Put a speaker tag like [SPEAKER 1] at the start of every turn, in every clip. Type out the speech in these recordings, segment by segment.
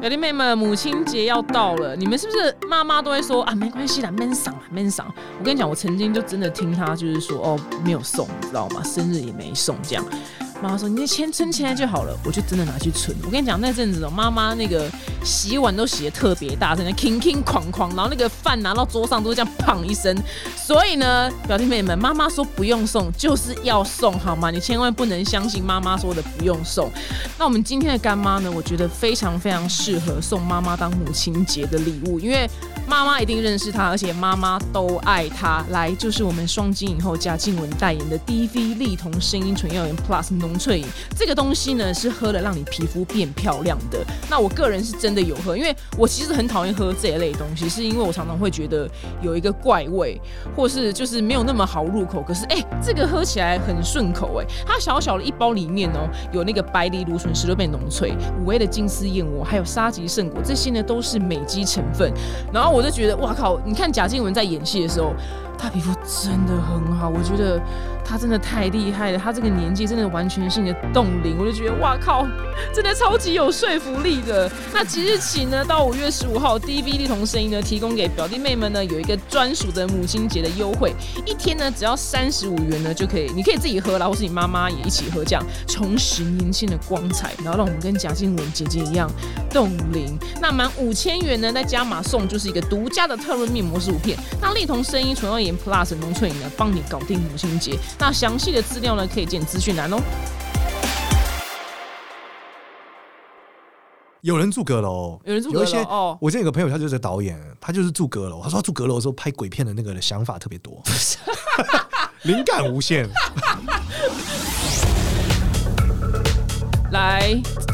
[SPEAKER 1] 表弟妹们，母亲节要到了，你们是不是妈妈都会说啊，没关系啦，man 赏啊，man 赏。我跟你讲，我曾经就真的听他就是说哦，没有送，你知道吗？生日也没送这样。妈妈说：“你那钱存起来就好了。”我就真的拿去存。我跟你讲，那阵子哦，妈妈那个洗碗都洗的特别大声，那 king king 哐哐，然后那个饭拿到桌上都是这样砰一声。所以呢，表弟妹们，妈妈说不用送，就是要送，好吗？你千万不能相信妈妈说的不用送。那我们今天的干妈呢，我觉得非常非常适合送妈妈当母亲节的礼物，因为妈妈一定认识她，而且妈妈都爱她。来，就是我们双金影后贾静雯代言的 DV 丽彤声音纯耀眼 Plus 浓萃饮，这个东西呢是喝了让你皮肤变漂亮的。那我个人是真的有喝，因为我其实很讨厌喝这一类东西，是因为我常常会觉得有一个怪味，或是就是没有那么好入口。可是哎、这个喝起来很顺口哎、它小小的一包里面哦，有那个白藜芦醇、石榴贝浓萃、五味的金丝燕窝，还有沙棘圣果，这些呢都是美肌成分。然后我就觉得哇靠，你看贾静雯在演戏的时候，她皮肤真的很好，我觉得她真的太厉害了，她这个年纪真的完全性的冻龄，我就觉得哇靠，真的超级有说服力的。那即日起呢，到五月十五号，DV 丽童声音呢提供给表弟妹们呢有一个专属的母亲节的优惠，一天呢只要三十五元呢就可以，你可以自己喝啦，或是你妈妈也一起喝，这样重拾年轻的光彩，然后让我们跟贾静雯姐姐一样冻龄。那满五千元呢，再加码送就是一个独家的特润面膜十五片。那丽童声音纯耀颜 Plus 浓萃饮呢，帮你搞定母亲节。那详细的资料呢，可以见资讯栏哦。
[SPEAKER 2] 有人住阁楼，
[SPEAKER 1] 有人住阁楼
[SPEAKER 2] 有一些
[SPEAKER 1] 哦
[SPEAKER 2] 我之前有个朋友，他就是个导演，他就是住阁楼。他说他住阁楼的时候拍鬼片的那个想法特 别多，灵感无限。
[SPEAKER 1] 来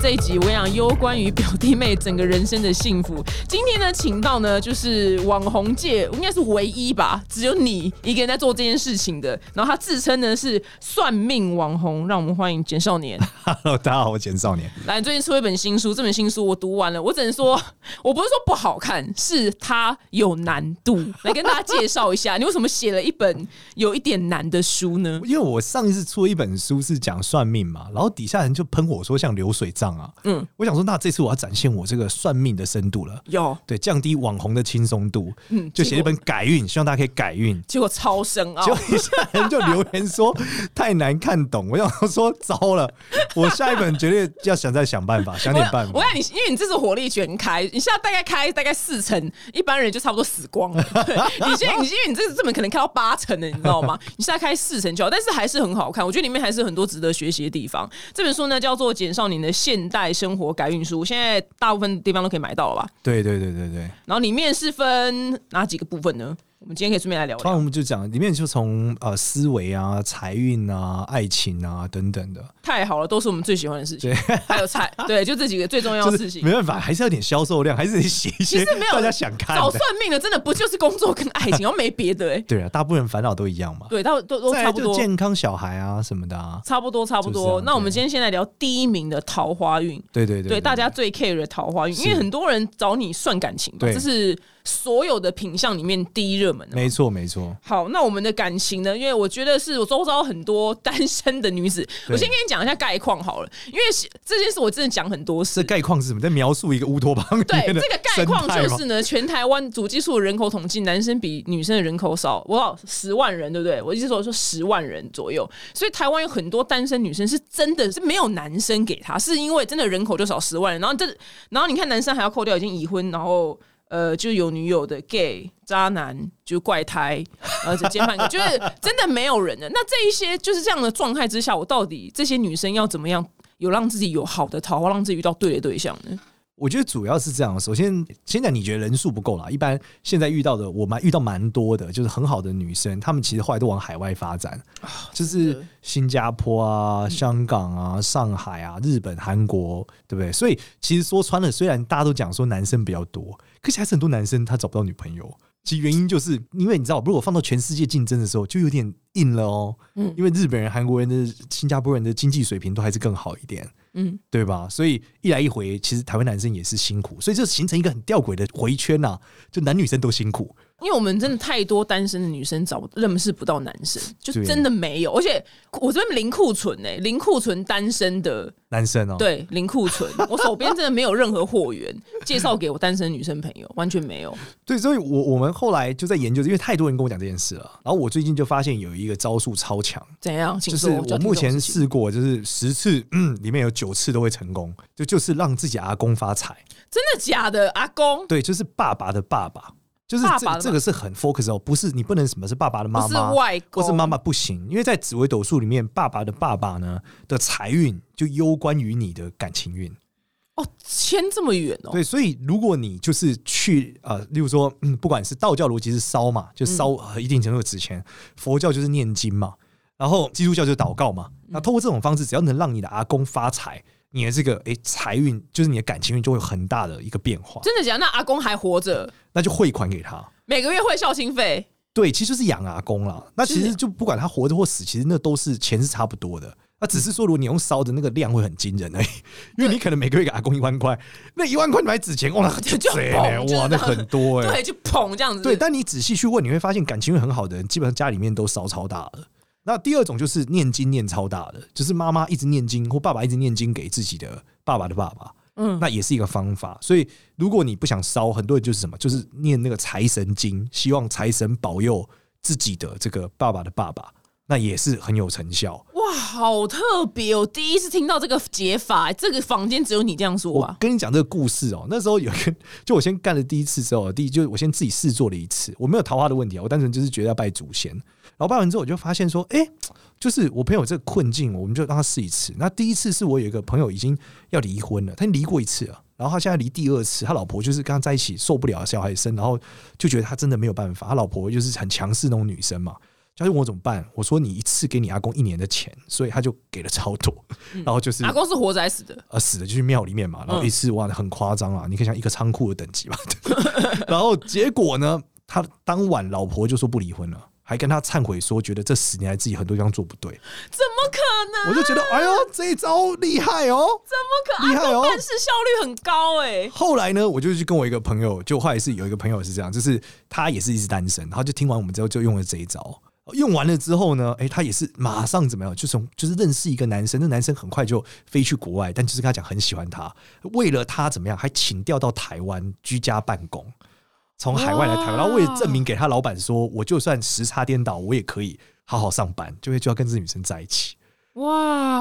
[SPEAKER 1] 这一集，我想攸关于表弟妹整个人生的幸福。今天呢，请到呢就是网红界应该是唯一吧，只有你一个人在做这件事情的。然后他自称呢是算命网红，让我们欢迎简少年。
[SPEAKER 2] Hello，大家好，我简少年。
[SPEAKER 1] 来，最近出了一本新书，这本新书我读完了，我只能说，我不是说不好看，是它有难度。来跟大家介绍一下，你为什么写了一本有一点难的书呢？
[SPEAKER 2] 因为我上一次出了一本书是讲算命嘛，然后底下人就喷我说像流水账啊。嗯，我想说那这次我要展现我这个算命的深度了。
[SPEAKER 1] 有，
[SPEAKER 2] 对，降低网红的轻松度，嗯，就写一本改运，希望大家可以改运。
[SPEAKER 1] 结果超啊深奥
[SPEAKER 2] 结。果底下人就留言说太难看懂， 我想说糟了，我下一本绝对要想再 想办法，想点办
[SPEAKER 1] 我
[SPEAKER 2] 法。
[SPEAKER 1] 看你，因为你这次火力全开，你现在大概开大概四成，一般人就差不多死光 了。对你现在，你因为你这这本可能开到八成了，你知道 吗？你现在开四成就好，但是还是很好看。我觉得里面还是很多值得学习的地方。这本书呢叫做《简少年的现代生活改运书》，现在大部分地方都可以买到了吧？
[SPEAKER 2] 对对对对对，
[SPEAKER 1] 然后里面是分哪几个部分呢？我们今天可以顺便来聊一
[SPEAKER 2] 通常
[SPEAKER 1] 聊。
[SPEAKER 2] 我们就讲里面就从呃思维啊、财运啊、爱情啊等等的，
[SPEAKER 1] 太好了，都是我们最喜欢的事情。还有菜，对，就这几个最重要
[SPEAKER 2] 就
[SPEAKER 1] 的事
[SPEAKER 2] 是
[SPEAKER 1] 情。
[SPEAKER 2] 没办法，还是要点销售量，还是得写一
[SPEAKER 1] 其
[SPEAKER 2] 些
[SPEAKER 1] 实没有
[SPEAKER 2] 大家想看
[SPEAKER 1] 找
[SPEAKER 2] 的
[SPEAKER 1] 算。命的，真的不就是工作跟爱情，然后没别的哎、欸。
[SPEAKER 2] 对啊，大部分人烦恼都一样嘛。
[SPEAKER 1] 对，到都都
[SPEAKER 2] 再
[SPEAKER 1] 差
[SPEAKER 2] 来
[SPEAKER 1] 不
[SPEAKER 2] 就
[SPEAKER 1] 多。
[SPEAKER 2] 健康小孩啊什么的啊，
[SPEAKER 1] 差不多，差不
[SPEAKER 2] 就这
[SPEAKER 1] 多。
[SPEAKER 2] 样
[SPEAKER 1] 那我们今天先来聊第一名的桃花运，
[SPEAKER 2] 对对
[SPEAKER 1] 对
[SPEAKER 2] 对
[SPEAKER 1] 大家最 care 的桃花运，因为
[SPEAKER 2] 是
[SPEAKER 1] 很多人找你算感情嘛，
[SPEAKER 2] 对
[SPEAKER 1] 这是所有的品相里面第一热门的嘛。
[SPEAKER 2] 没错没错，
[SPEAKER 1] 好，那我们的感情呢？因为我觉得是我周遭很多单身的女子，我
[SPEAKER 2] 对
[SPEAKER 1] 先跟你讲一下概况好了，因为是这件事我真的讲很多
[SPEAKER 2] 这
[SPEAKER 1] 次。
[SPEAKER 2] 概况是什么？在描述一个乌托邦里
[SPEAKER 1] 对，
[SPEAKER 2] 面
[SPEAKER 1] 这
[SPEAKER 2] 的
[SPEAKER 1] 个概况
[SPEAKER 2] 生态
[SPEAKER 1] 就
[SPEAKER 2] 吗
[SPEAKER 1] 是呢，全台湾主基数的人口统计，男生比女生的人口少，我十万人，对不对？我一直说说十万人左右，所以台湾有很多单身女生是真的是没有男生给她，是因为真的人口就少十万人，然后这然后你看男生还要扣掉已经已婚，然后。呃，就有女友的 gay 渣男，就怪胎，呃，这奸犯科，就是真的没有人了。那这一些就是这样的状态之下，我到底这些女生要怎么样，有让自己有好的桃花，让自己遇到对的对象呢？
[SPEAKER 2] 我觉得主要是这样，首先现在你觉得人数不够啦，一般现在遇到的我蛮遇到蛮多的，就是很好的女生，她们其实后来都往海外发展，就是新加坡啊、香港啊、上海啊、日本、韩国，对不对？所以其实说穿了，虽然大家都讲说男生比较多，可是还是很多男生他找不到女朋友。其实原因就是因为你知道，如果放到全世界竞争的时候，就有点硬了哦。
[SPEAKER 1] 嗯
[SPEAKER 2] 因为日本人、韩国人的、新加坡人的经济水平都还是更好一点。
[SPEAKER 1] 嗯，
[SPEAKER 2] 对吧？所以一来一回，其实台湾男生也是辛苦，所以就形成一个很吊诡的回圈呐、就男女生都辛苦。
[SPEAKER 1] 因为我们真的太多单身的女生找不认识不到男生，就
[SPEAKER 2] 对
[SPEAKER 1] 真的没有。而且我这边零库存哎、零库存单身的，
[SPEAKER 2] 男生哦、
[SPEAKER 1] 对，零库存，我手边真的没有任何货 源介绍给我单身女生朋友，完全没有。
[SPEAKER 2] 对，所以我我们后来就在研究，因为太多人跟我讲这件事了。然后我最近就发现有一个招数超强，
[SPEAKER 1] 怎样？请
[SPEAKER 2] 就是
[SPEAKER 1] 说
[SPEAKER 2] 我目前，
[SPEAKER 1] 就要听这种事情
[SPEAKER 2] 试过，就是十次、嗯、里面有九次都会成功，就就是让自己阿公发财。
[SPEAKER 1] 真的假的？阿公
[SPEAKER 2] 对，就是爸爸的爸爸，就是
[SPEAKER 1] 爸
[SPEAKER 2] 这
[SPEAKER 1] 爸的
[SPEAKER 2] 这
[SPEAKER 1] 爸
[SPEAKER 2] 个是很 focus 哦，不是你不能什么是爸爸的妈
[SPEAKER 1] 不是
[SPEAKER 2] 妈，
[SPEAKER 1] 外
[SPEAKER 2] 或
[SPEAKER 1] 公，
[SPEAKER 2] 是妈妈不行，因为在紫微斗数里面，爸爸的爸爸呢的财运就攸关于你的感情运。
[SPEAKER 1] 哦，牵这么远哦，
[SPEAKER 2] 对，所以如果你就是去呃，例如说，嗯，不管是道教逻辑是烧嘛，就烧、呃一定程度的值钱；佛教就是念经嘛，然后基督教就是祷告嘛。那透过这种方式，只要能让你的阿公发财，你的这个诶财运，就是你的感情运，就会有很大的一个变化。
[SPEAKER 1] 真的假的？那阿公还活着，
[SPEAKER 2] 那就汇款给他。
[SPEAKER 1] 每个月会孝心费，
[SPEAKER 2] 对，其实就是养阿公啦。那其
[SPEAKER 1] 是
[SPEAKER 2] 实就不管他活着或死，其实那都是钱是差不多的。那只是说，如果你用烧的那个量会很惊人而已，因为你可能每个月给阿公一万块，那一万块你买纸钱，哇，那
[SPEAKER 1] 就
[SPEAKER 2] 就
[SPEAKER 1] 就
[SPEAKER 2] 贼
[SPEAKER 1] 砰
[SPEAKER 2] 嘞
[SPEAKER 1] 就是
[SPEAKER 2] 哇，那很多哎、
[SPEAKER 1] 对，就捧这样子，
[SPEAKER 2] 对，但你仔细去问，你会发现感情运很好的人，基本上家里面都烧超大的。那第二种就是念经念超大的，就是妈妈一直念经或爸爸一直念经给自己的爸爸的爸爸，
[SPEAKER 1] 嗯
[SPEAKER 2] 嗯，那也是一个方法。所以如果你不想烧，很多人就是什么，就是念那个财神经，希望财神保佑自己的这个爸爸的爸爸，那也是很有成效。
[SPEAKER 1] 哇，好特别哦！我第一次听到这个解法，这个房间只有你这样说啊
[SPEAKER 2] 我
[SPEAKER 1] 吧？
[SPEAKER 2] 跟你讲这个故事哦，那时候有一个， 就我先干了第一次之后，第一就是我先自己试做了一次，我没有桃花的问题啊，我单纯就是觉得要拜祖先，然后拜完之后我就发现说，哎、就是我朋友这个困境，我们就让他试一次。那第一次是我有一个朋友已经要离婚了，他离过一次了，然后他现在离第二次，他老婆就是跟他在一起受不了，小孩生，然后就觉得他真的没有办法，他老婆就是很强势那种女生嘛。他就问我怎么办，我说你一次给你阿公一年的钱，所以他就给了超多，然后就是
[SPEAKER 1] 阿公是活着还是死的？
[SPEAKER 2] 呃死的就去庙里面嘛，然后
[SPEAKER 1] 嗯
[SPEAKER 2] 一次哇很夸张啊啦，你可以像一个仓库的等级吧。 然后结果呢，他当晚老婆就说不离婚了，还跟他忏悔说觉得这十年来自己很多地方做不对，
[SPEAKER 1] 怎么可能？
[SPEAKER 2] 我就觉得哎呦这一招厉害哦。
[SPEAKER 1] 怎么
[SPEAKER 2] 厉
[SPEAKER 1] 可？
[SPEAKER 2] 害
[SPEAKER 1] 阿
[SPEAKER 2] 哦
[SPEAKER 1] 公办事效率很高哎、
[SPEAKER 2] 后来呢，我就去跟我一个朋友，就后来是有一个朋友是这样，就是他也是一直单身，然后就听完我们之后就用了这一招。用完了之后呢，诶，他也是马上怎么样，就从就是认识一个男生，那男生很快就飞去国外，但就是跟他讲很喜欢他，为了他怎么样，还请调到台湾居家办公，从海外来台
[SPEAKER 1] 哇
[SPEAKER 2] 湾，然后为了证明给他老板说，我就算时差颠倒，我也可以好好上班，就会就要跟这个女生在一起。
[SPEAKER 1] 哇！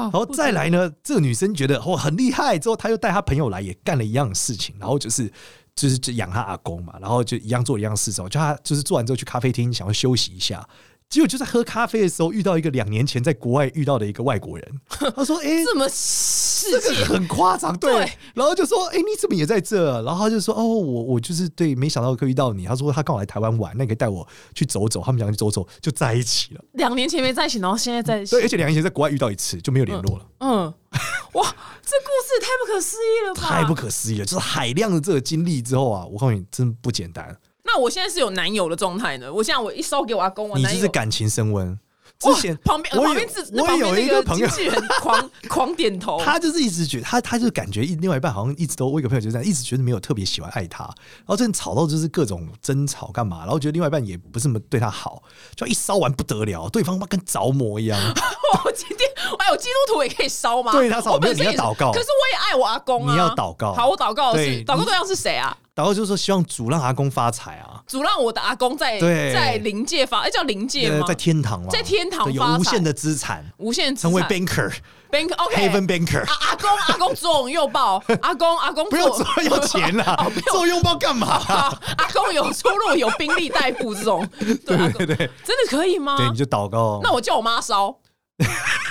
[SPEAKER 1] 然
[SPEAKER 2] 然后再来呢，这个女生觉得哇很厉害，之后她又带她朋友来也干了一样的事情，然后就是就是就养她阿公嘛，然后就一样做一样的事之后，就她就是做完之后去咖啡厅想要休息一下。结果就在喝咖啡的时候遇到一个两年前在国外遇到的一个外国人，他说：“哎、
[SPEAKER 1] 这么世
[SPEAKER 2] 这
[SPEAKER 1] 界
[SPEAKER 2] 个很夸张，对。
[SPEAKER 1] 对
[SPEAKER 2] 然后就说：“哎、你怎么也在这？”然后他就说：“哦，我我就是对，没想到可以遇到你。”他说：“他刚好来台湾玩，那你可以带我去走走。”他们两个去走走就在一起了。
[SPEAKER 1] 两年前没在一起，然后现在在一起
[SPEAKER 2] 对，，而且两年前在国外遇到一次就没有联络了。
[SPEAKER 1] 嗯，哇，这故事也太不可思议了吧！
[SPEAKER 2] 太不可思议了！就是海量的这个经历之后啊，我告诉你，真不简单。
[SPEAKER 1] 那我现在是有男友的状态呢，我现在我一烧给我阿公，我
[SPEAKER 2] 你
[SPEAKER 1] 男
[SPEAKER 2] 就
[SPEAKER 1] 友
[SPEAKER 2] 是感情升温。之
[SPEAKER 1] 哇
[SPEAKER 2] 前
[SPEAKER 1] 旁边
[SPEAKER 2] 我
[SPEAKER 1] 旁
[SPEAKER 2] 有
[SPEAKER 1] 边自
[SPEAKER 2] 我
[SPEAKER 1] 旁边
[SPEAKER 2] 有
[SPEAKER 1] 那
[SPEAKER 2] 一个朋友
[SPEAKER 1] 经纪人狂 狂点头，
[SPEAKER 2] 他就是一直觉得他，他就感觉一另外一半好像一直都，我有个朋友就这样，一直觉得没有特别喜欢爱他，然后真的吵到就是各种争吵干嘛，然后觉得另外一半也不是那么对他好，就一烧完不得了，对方妈跟着魔一样，
[SPEAKER 1] 哇 我今天哎，我基督徒也可以烧吗？
[SPEAKER 2] 对他烧
[SPEAKER 1] 我本身
[SPEAKER 2] 没有
[SPEAKER 1] 也
[SPEAKER 2] 你
[SPEAKER 1] 是
[SPEAKER 2] 要祷告
[SPEAKER 1] 可是我也爱我阿公啊。
[SPEAKER 2] 你要祷告
[SPEAKER 1] 好，我祷告的是
[SPEAKER 2] 对
[SPEAKER 1] 祷告对象是谁啊？
[SPEAKER 2] 然后就说希望主让阿公发财啊，
[SPEAKER 1] 主让我的阿公在
[SPEAKER 2] 对
[SPEAKER 1] 在灵界发，哎叫灵界
[SPEAKER 2] 呃
[SPEAKER 1] 吗？
[SPEAKER 2] 在天堂嘛，
[SPEAKER 1] 在天堂
[SPEAKER 2] 对有
[SPEAKER 1] 发财
[SPEAKER 2] 无限的资产，
[SPEAKER 1] 无限资
[SPEAKER 2] 成
[SPEAKER 1] 产
[SPEAKER 2] 为 banker
[SPEAKER 1] bank OK
[SPEAKER 2] heaven banker，
[SPEAKER 1] 啊阿公阿公左拥右 抱，阿公阿公
[SPEAKER 2] 不要
[SPEAKER 1] 左
[SPEAKER 2] 做要钱
[SPEAKER 1] 哦
[SPEAKER 2] 啦，做拥抱 干嘛啦？
[SPEAKER 1] 啊阿公有出路，有兵力代步这种，对阿公
[SPEAKER 2] 对对，
[SPEAKER 1] 真的可以吗？
[SPEAKER 2] 对，你就祷告。
[SPEAKER 1] 啊那我叫我妈烧，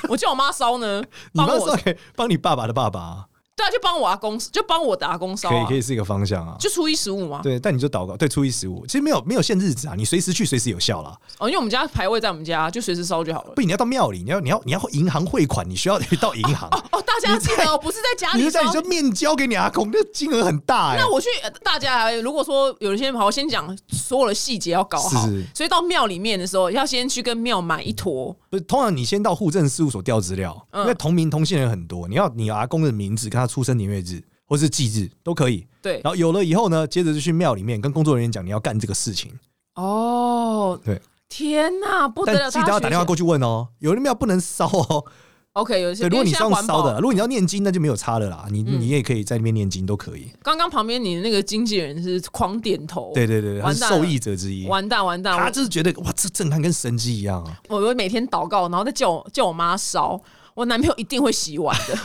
[SPEAKER 1] 我叫我妈烧呢，
[SPEAKER 2] 你
[SPEAKER 1] 帮
[SPEAKER 2] 妈
[SPEAKER 1] 我
[SPEAKER 2] 说可以帮你爸爸的爸爸，
[SPEAKER 1] 对啊，就帮我阿公，就帮我的阿公烧、
[SPEAKER 2] 可以
[SPEAKER 1] 啊，
[SPEAKER 2] 可以是一个方向啊。
[SPEAKER 1] 就初一十五嘛。
[SPEAKER 2] 对，但你就祷告，对，初一十五，其实没有没有限日子啊，你随时去，随时有效啦。
[SPEAKER 1] 哦，因为我们家牌位在我们家，就随时烧就好了
[SPEAKER 2] 不，。你要到庙里，你要你要你要银行汇款，你需要到银行，
[SPEAKER 1] 哦，大家记得哦，不是在家
[SPEAKER 2] 你
[SPEAKER 1] 里
[SPEAKER 2] 就
[SPEAKER 1] 烧
[SPEAKER 2] 在。你就面交给你阿公，那金额很大哎、
[SPEAKER 1] 那我去呃大家，如果说有一些好，我先讲所有的细节要搞好。
[SPEAKER 2] 是是
[SPEAKER 1] 所以到庙里面的时候，要先去跟庙买一坨。
[SPEAKER 2] 不是，通常你先到户政事务所调资料，
[SPEAKER 1] 嗯
[SPEAKER 2] 因为同名同姓人很多，你要你阿公的名字跟他出生年月日或是忌日都可以。
[SPEAKER 1] 对
[SPEAKER 2] 然后有了以后呢，接着就去庙里面跟工作人员讲你要干这个事情。
[SPEAKER 1] 哦，
[SPEAKER 2] 对，
[SPEAKER 1] 天哪，不得
[SPEAKER 2] 但
[SPEAKER 1] 了！
[SPEAKER 2] 记得要
[SPEAKER 1] 大
[SPEAKER 2] 打
[SPEAKER 1] 家
[SPEAKER 2] 电话
[SPEAKER 1] 学
[SPEAKER 2] 过去问哦，有的庙不能烧哦。
[SPEAKER 1] OK，有一些
[SPEAKER 2] 对，如果你
[SPEAKER 1] 因
[SPEAKER 2] 是
[SPEAKER 1] 为现在
[SPEAKER 2] 用
[SPEAKER 1] 环
[SPEAKER 2] 烧
[SPEAKER 1] 保
[SPEAKER 2] 的，如果你要念经，那就没有差了啦。你
[SPEAKER 1] 嗯哦
[SPEAKER 2] 你也可以在那边念经，都可以。
[SPEAKER 1] 刚刚旁边你的那个经纪人是狂点头，
[SPEAKER 2] 对对对，对他
[SPEAKER 1] 完
[SPEAKER 2] 是
[SPEAKER 1] 蛋了
[SPEAKER 2] 受益者之一。
[SPEAKER 1] 完蛋完蛋，
[SPEAKER 2] 他就是觉得哇，这震撼跟神迹一 样啊！
[SPEAKER 1] 我我每天祷告，然后再叫我叫我妈烧，我男朋友一定会洗碗 的，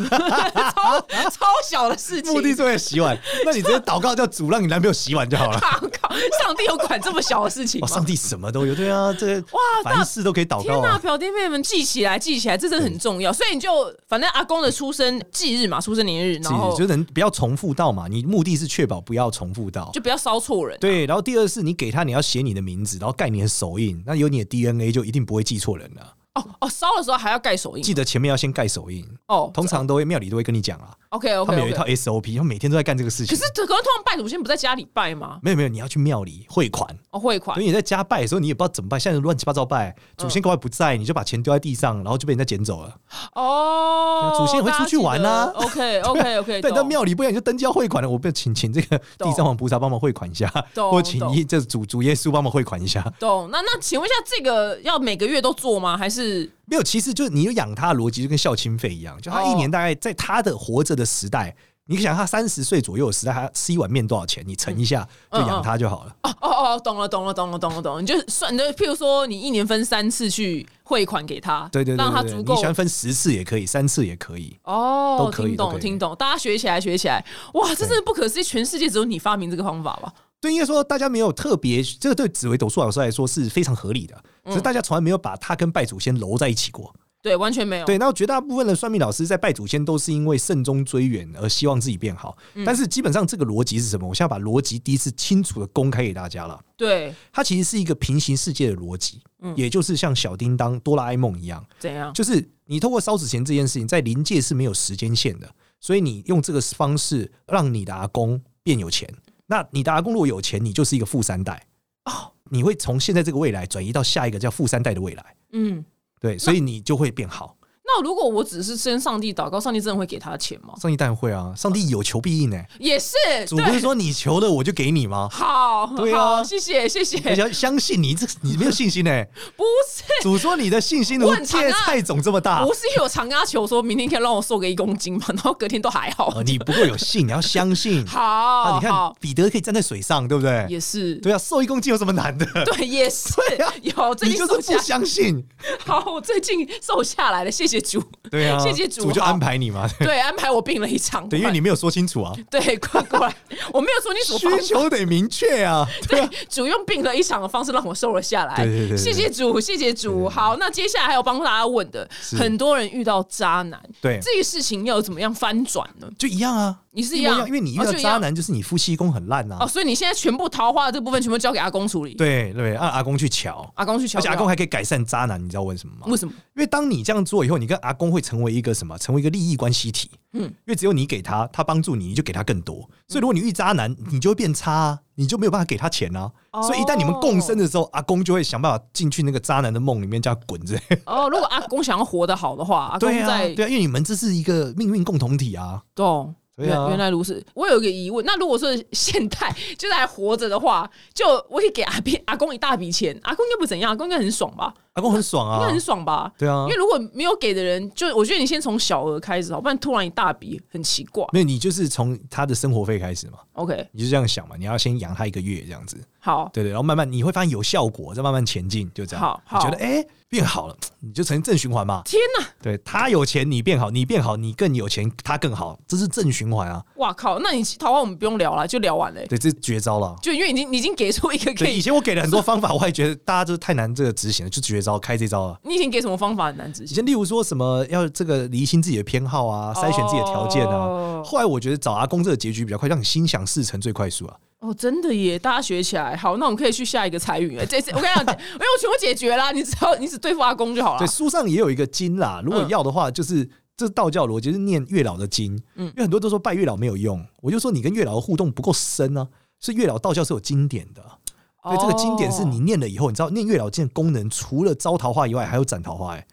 [SPEAKER 1] 超超小的事情。
[SPEAKER 2] 目 的是为了洗碗，那你直接祷告叫主让你男朋友洗碗就好了。
[SPEAKER 1] 祷告，上帝有管这么小的事情
[SPEAKER 2] 哇，哦上
[SPEAKER 1] 吗？
[SPEAKER 2] 帝什么都有，对啊，这哇，
[SPEAKER 1] 那
[SPEAKER 2] 凡事都可以祷
[SPEAKER 1] 天
[SPEAKER 2] 告啊。
[SPEAKER 1] 表弟妹们记起来，记起来，这真的很重要。所以你就反正阿公的出生忌日嘛，出生年日，然后
[SPEAKER 2] 是就能不要重复到嘛，你目的是确保不要重复到。
[SPEAKER 1] 就不要烧错人。
[SPEAKER 2] 对，然后第二是你给他，你要写你的名字，然后盖你的手印，那有你的 DNA 就一定不会记错人了。
[SPEAKER 1] 哦哦，烧的时候还要盖手印
[SPEAKER 2] 记得前面要先盖手印，
[SPEAKER 1] 哦。
[SPEAKER 2] 通常都会庙里都会跟你讲啊，
[SPEAKER 1] OK
[SPEAKER 2] 他
[SPEAKER 1] OK
[SPEAKER 2] 们有一
[SPEAKER 1] OK
[SPEAKER 2] 套。SOP，他们每天都在干这个事
[SPEAKER 1] 可
[SPEAKER 2] 情
[SPEAKER 1] 是。可能通常拜祖先不在家里拜吗？
[SPEAKER 2] 没有没有，你要去庙里汇款，
[SPEAKER 1] 哦，汇款
[SPEAKER 2] 所以你在家拜的时候，你也不知道怎么拜，现在乱七八糟
[SPEAKER 1] 嗯
[SPEAKER 2] 拜，祖先搞不不在，你就把钱丢在地上，然后就被人家捡走了。
[SPEAKER 1] 哦，
[SPEAKER 2] 祖先也会出去玩啊
[SPEAKER 1] OK OK OK，
[SPEAKER 2] 对，到庙里不然你就登记要汇款了，我不请请这 个地藏王菩萨帮忙汇款一下，
[SPEAKER 1] 懂
[SPEAKER 2] 或请
[SPEAKER 1] 懂
[SPEAKER 2] 一这主主耶稣帮忙汇款一下。
[SPEAKER 1] 懂。那那请问一下，这个要每个月都做吗？还是
[SPEAKER 2] 没有，其实就是你有养他的逻辑，就跟孝亲费一样，就他一年大概在他的活着的时代，你想他三十岁左右的时代，他吃一碗面多少钱，你乘一下就
[SPEAKER 1] 嗯
[SPEAKER 2] 养他就好了。
[SPEAKER 1] 哦哦哦，懂了懂了懂了懂了懂了，你就算你就譬如说，你一年分三次去汇款给他，
[SPEAKER 2] 对对对
[SPEAKER 1] 让他
[SPEAKER 2] 对对，
[SPEAKER 1] 足
[SPEAKER 2] 你
[SPEAKER 1] 够
[SPEAKER 2] 喜。欢分十次也可以，三次也可以。
[SPEAKER 1] 哦
[SPEAKER 2] 都，可以
[SPEAKER 1] 听
[SPEAKER 2] 都可
[SPEAKER 1] 懂
[SPEAKER 2] 以
[SPEAKER 1] 听懂，大家学起来学起来，哇，这真的不可思议！全世界只有你发明这个方法吧？
[SPEAKER 2] 对，应该说大家没有特别，这个对紫薇斗数老师来说是非常合理的，
[SPEAKER 1] 嗯
[SPEAKER 2] 只是大家从来没有把他跟拜祖先揉在一起过。
[SPEAKER 1] 对，完全没有。
[SPEAKER 2] 对，那绝大部分的算命老师在拜祖先都是因为慎终追远而希望自己变好，
[SPEAKER 1] 嗯
[SPEAKER 2] 但是基本上这个逻辑是什么？我现在把逻辑第一次清楚的公开给大家了。
[SPEAKER 1] 对，
[SPEAKER 2] 它其实是一个平行世界的逻辑，
[SPEAKER 1] 嗯
[SPEAKER 2] 也就是像小叮当、哆啦 A 梦一样，
[SPEAKER 1] 怎样？
[SPEAKER 2] 就是你透过烧纸钱这件事情，在临界是没有时间线的，所以你用这个方式让你的阿公变有钱。那你的阿公如果有钱，你就是一个富三代哦，你会从现在这个未来转移到下一个叫富三代的未来，
[SPEAKER 1] 嗯，
[SPEAKER 2] 对，所以你就会变好。
[SPEAKER 1] 那如果我只是跟上帝祷告，上帝真的会给他钱吗？
[SPEAKER 2] 上帝当然会啊，上帝有求必应呢、
[SPEAKER 1] 也是，
[SPEAKER 2] 主不是
[SPEAKER 1] 哦对，
[SPEAKER 2] 说你求了我就给 你吗？
[SPEAKER 1] 好，
[SPEAKER 2] 对啊
[SPEAKER 1] 好，谢谢谢谢，
[SPEAKER 2] 而且要相信你，这你没有信心呢、
[SPEAKER 1] 不是。
[SPEAKER 2] 主说你的信心如
[SPEAKER 1] 我很常
[SPEAKER 2] 芥
[SPEAKER 1] 啊
[SPEAKER 2] 菜种这么大，
[SPEAKER 1] 不是因为我常跟他求说，明天可以让我瘦个一公斤嘛，然后隔天都还好。。
[SPEAKER 2] 呃，你不够有信，你要相信
[SPEAKER 1] 好，
[SPEAKER 2] 啊，你看
[SPEAKER 1] 好
[SPEAKER 2] 彼得可以站在水上，对不对？
[SPEAKER 1] 也是，
[SPEAKER 2] 对啊，瘦一公斤有什么难的？
[SPEAKER 1] 对，也是
[SPEAKER 2] 啊
[SPEAKER 1] 有最
[SPEAKER 2] 你
[SPEAKER 1] 近
[SPEAKER 2] 就
[SPEAKER 1] 瘦
[SPEAKER 2] 是不
[SPEAKER 1] 下，
[SPEAKER 2] 相信，
[SPEAKER 1] 好，我最近瘦下来了，谢谢主，
[SPEAKER 2] 对啊，
[SPEAKER 1] 谢谢主
[SPEAKER 2] 就
[SPEAKER 1] 好
[SPEAKER 2] 安排 你嘛。
[SPEAKER 1] 对，安排我病了一场，
[SPEAKER 2] 对，因为你没有说清楚啊，
[SPEAKER 1] 对，过过来，我没有说你所
[SPEAKER 2] 需求得明 确啊。对啊，
[SPEAKER 1] 主用病了一场的方式让我瘦了下来。
[SPEAKER 2] 对对对对
[SPEAKER 1] 谢谢主，谢谢主。好，那接下来还有帮大家问的，很多人遇到渣男，
[SPEAKER 2] 对
[SPEAKER 1] 这个事情要怎么样翻转呢？
[SPEAKER 2] 就一样啊，
[SPEAKER 1] 你是
[SPEAKER 2] 一
[SPEAKER 1] 一
[SPEAKER 2] 模
[SPEAKER 1] 样
[SPEAKER 2] 一样，因为你遇
[SPEAKER 1] 哦
[SPEAKER 2] 到
[SPEAKER 1] 就一
[SPEAKER 2] 渣
[SPEAKER 1] 样
[SPEAKER 2] 男，就是你夫妻宫很烂啊
[SPEAKER 1] 哦，。所以你现在全部桃花的这部分全部交给阿公处理，，
[SPEAKER 2] 对对，让阿公去瞧，
[SPEAKER 1] 阿公去敲
[SPEAKER 2] 而且
[SPEAKER 1] 掉，
[SPEAKER 2] 阿公还可以改善渣男，你知道为什么吗？
[SPEAKER 1] 为什么？
[SPEAKER 2] 因为当你这样做以后，你跟阿公会成为一个什么？成为一个利益关系体。嗯，因为只有你给他，他帮助你，你就给他更
[SPEAKER 1] 嗯
[SPEAKER 2] 多。所以如果你遇渣男，你就会变差、啊，你就没有办法给他钱啊。
[SPEAKER 1] 哦
[SPEAKER 2] 所以一旦你们共生的时候，阿公就会想办法进去那个渣男的梦里面，叫他滚着。
[SPEAKER 1] 哦，如果 阿公想要活得好的话，阿公
[SPEAKER 2] 对啊，
[SPEAKER 1] 在嗯
[SPEAKER 2] 对啊，因为你们这是一个命运共同体啊。
[SPEAKER 1] 懂。
[SPEAKER 2] 对
[SPEAKER 1] 原
[SPEAKER 2] 啊
[SPEAKER 1] 原来如此，我有一个疑问。那如果说现代 就是还活着的话，就我可以给阿斌阿公一大笔钱，阿公应该不会怎样，阿公应该很爽吧？
[SPEAKER 2] 阿公很爽
[SPEAKER 1] 应该
[SPEAKER 2] 啊
[SPEAKER 1] 很，爽吧？
[SPEAKER 2] 对啊
[SPEAKER 1] 因为，如果没有给的人，就我觉得你先从小额开始好，不然突然一大笔很奇怪。
[SPEAKER 2] 没有你就是从他的生活费开始嘛，
[SPEAKER 1] OK，
[SPEAKER 2] 你就这样想嘛，你要先养他一个月这样子。
[SPEAKER 1] 好，
[SPEAKER 2] 对对，然后慢慢你会发现有效果，再慢慢前进，就这样。
[SPEAKER 1] 好
[SPEAKER 2] 你觉
[SPEAKER 1] 好
[SPEAKER 2] 得哎、变好了，你就成正循环嘛。
[SPEAKER 1] 天哪，
[SPEAKER 2] 对他有钱，你变好；你变好，你更有钱，他更好，这是正循环啊！
[SPEAKER 1] 哇靠！那你桃花我们不用聊了，就聊完了、
[SPEAKER 2] 对，这是绝招了。
[SPEAKER 1] 就因为已经你已经给出一个可
[SPEAKER 2] 对，以
[SPEAKER 1] 以，
[SPEAKER 2] 前我给了很多方法，我还觉得大家就是太难这个执行了，就绝招开这招了。啊
[SPEAKER 1] 你已经给什么方法很难执
[SPEAKER 2] 以
[SPEAKER 1] 行
[SPEAKER 2] 前例如说什么要这个厘清自己的偏好啊，筛选自己的条件啊。
[SPEAKER 1] 哦
[SPEAKER 2] 后来我觉得找阿公这个结局比较快，让你心想事成最快速啊。
[SPEAKER 1] 哦，真的耶！大家学起来，好，那我们可以去下一个财运了。这次我跟你讲， 因为我全部解决啦，你只要你只对付阿公就好了
[SPEAKER 2] 对，。书上也有一个经啦，如果要的话，就是这是道教逻辑，就是念月老的经。嗯，因为很多都说拜月老没有用，我就说你跟月老的互动不够深啊。是月老道教是有经典的，
[SPEAKER 1] 哦
[SPEAKER 2] 对，这个经典是你念了以后，你知道念月老经的功能，除了招桃花以外，还有斩桃花、欸。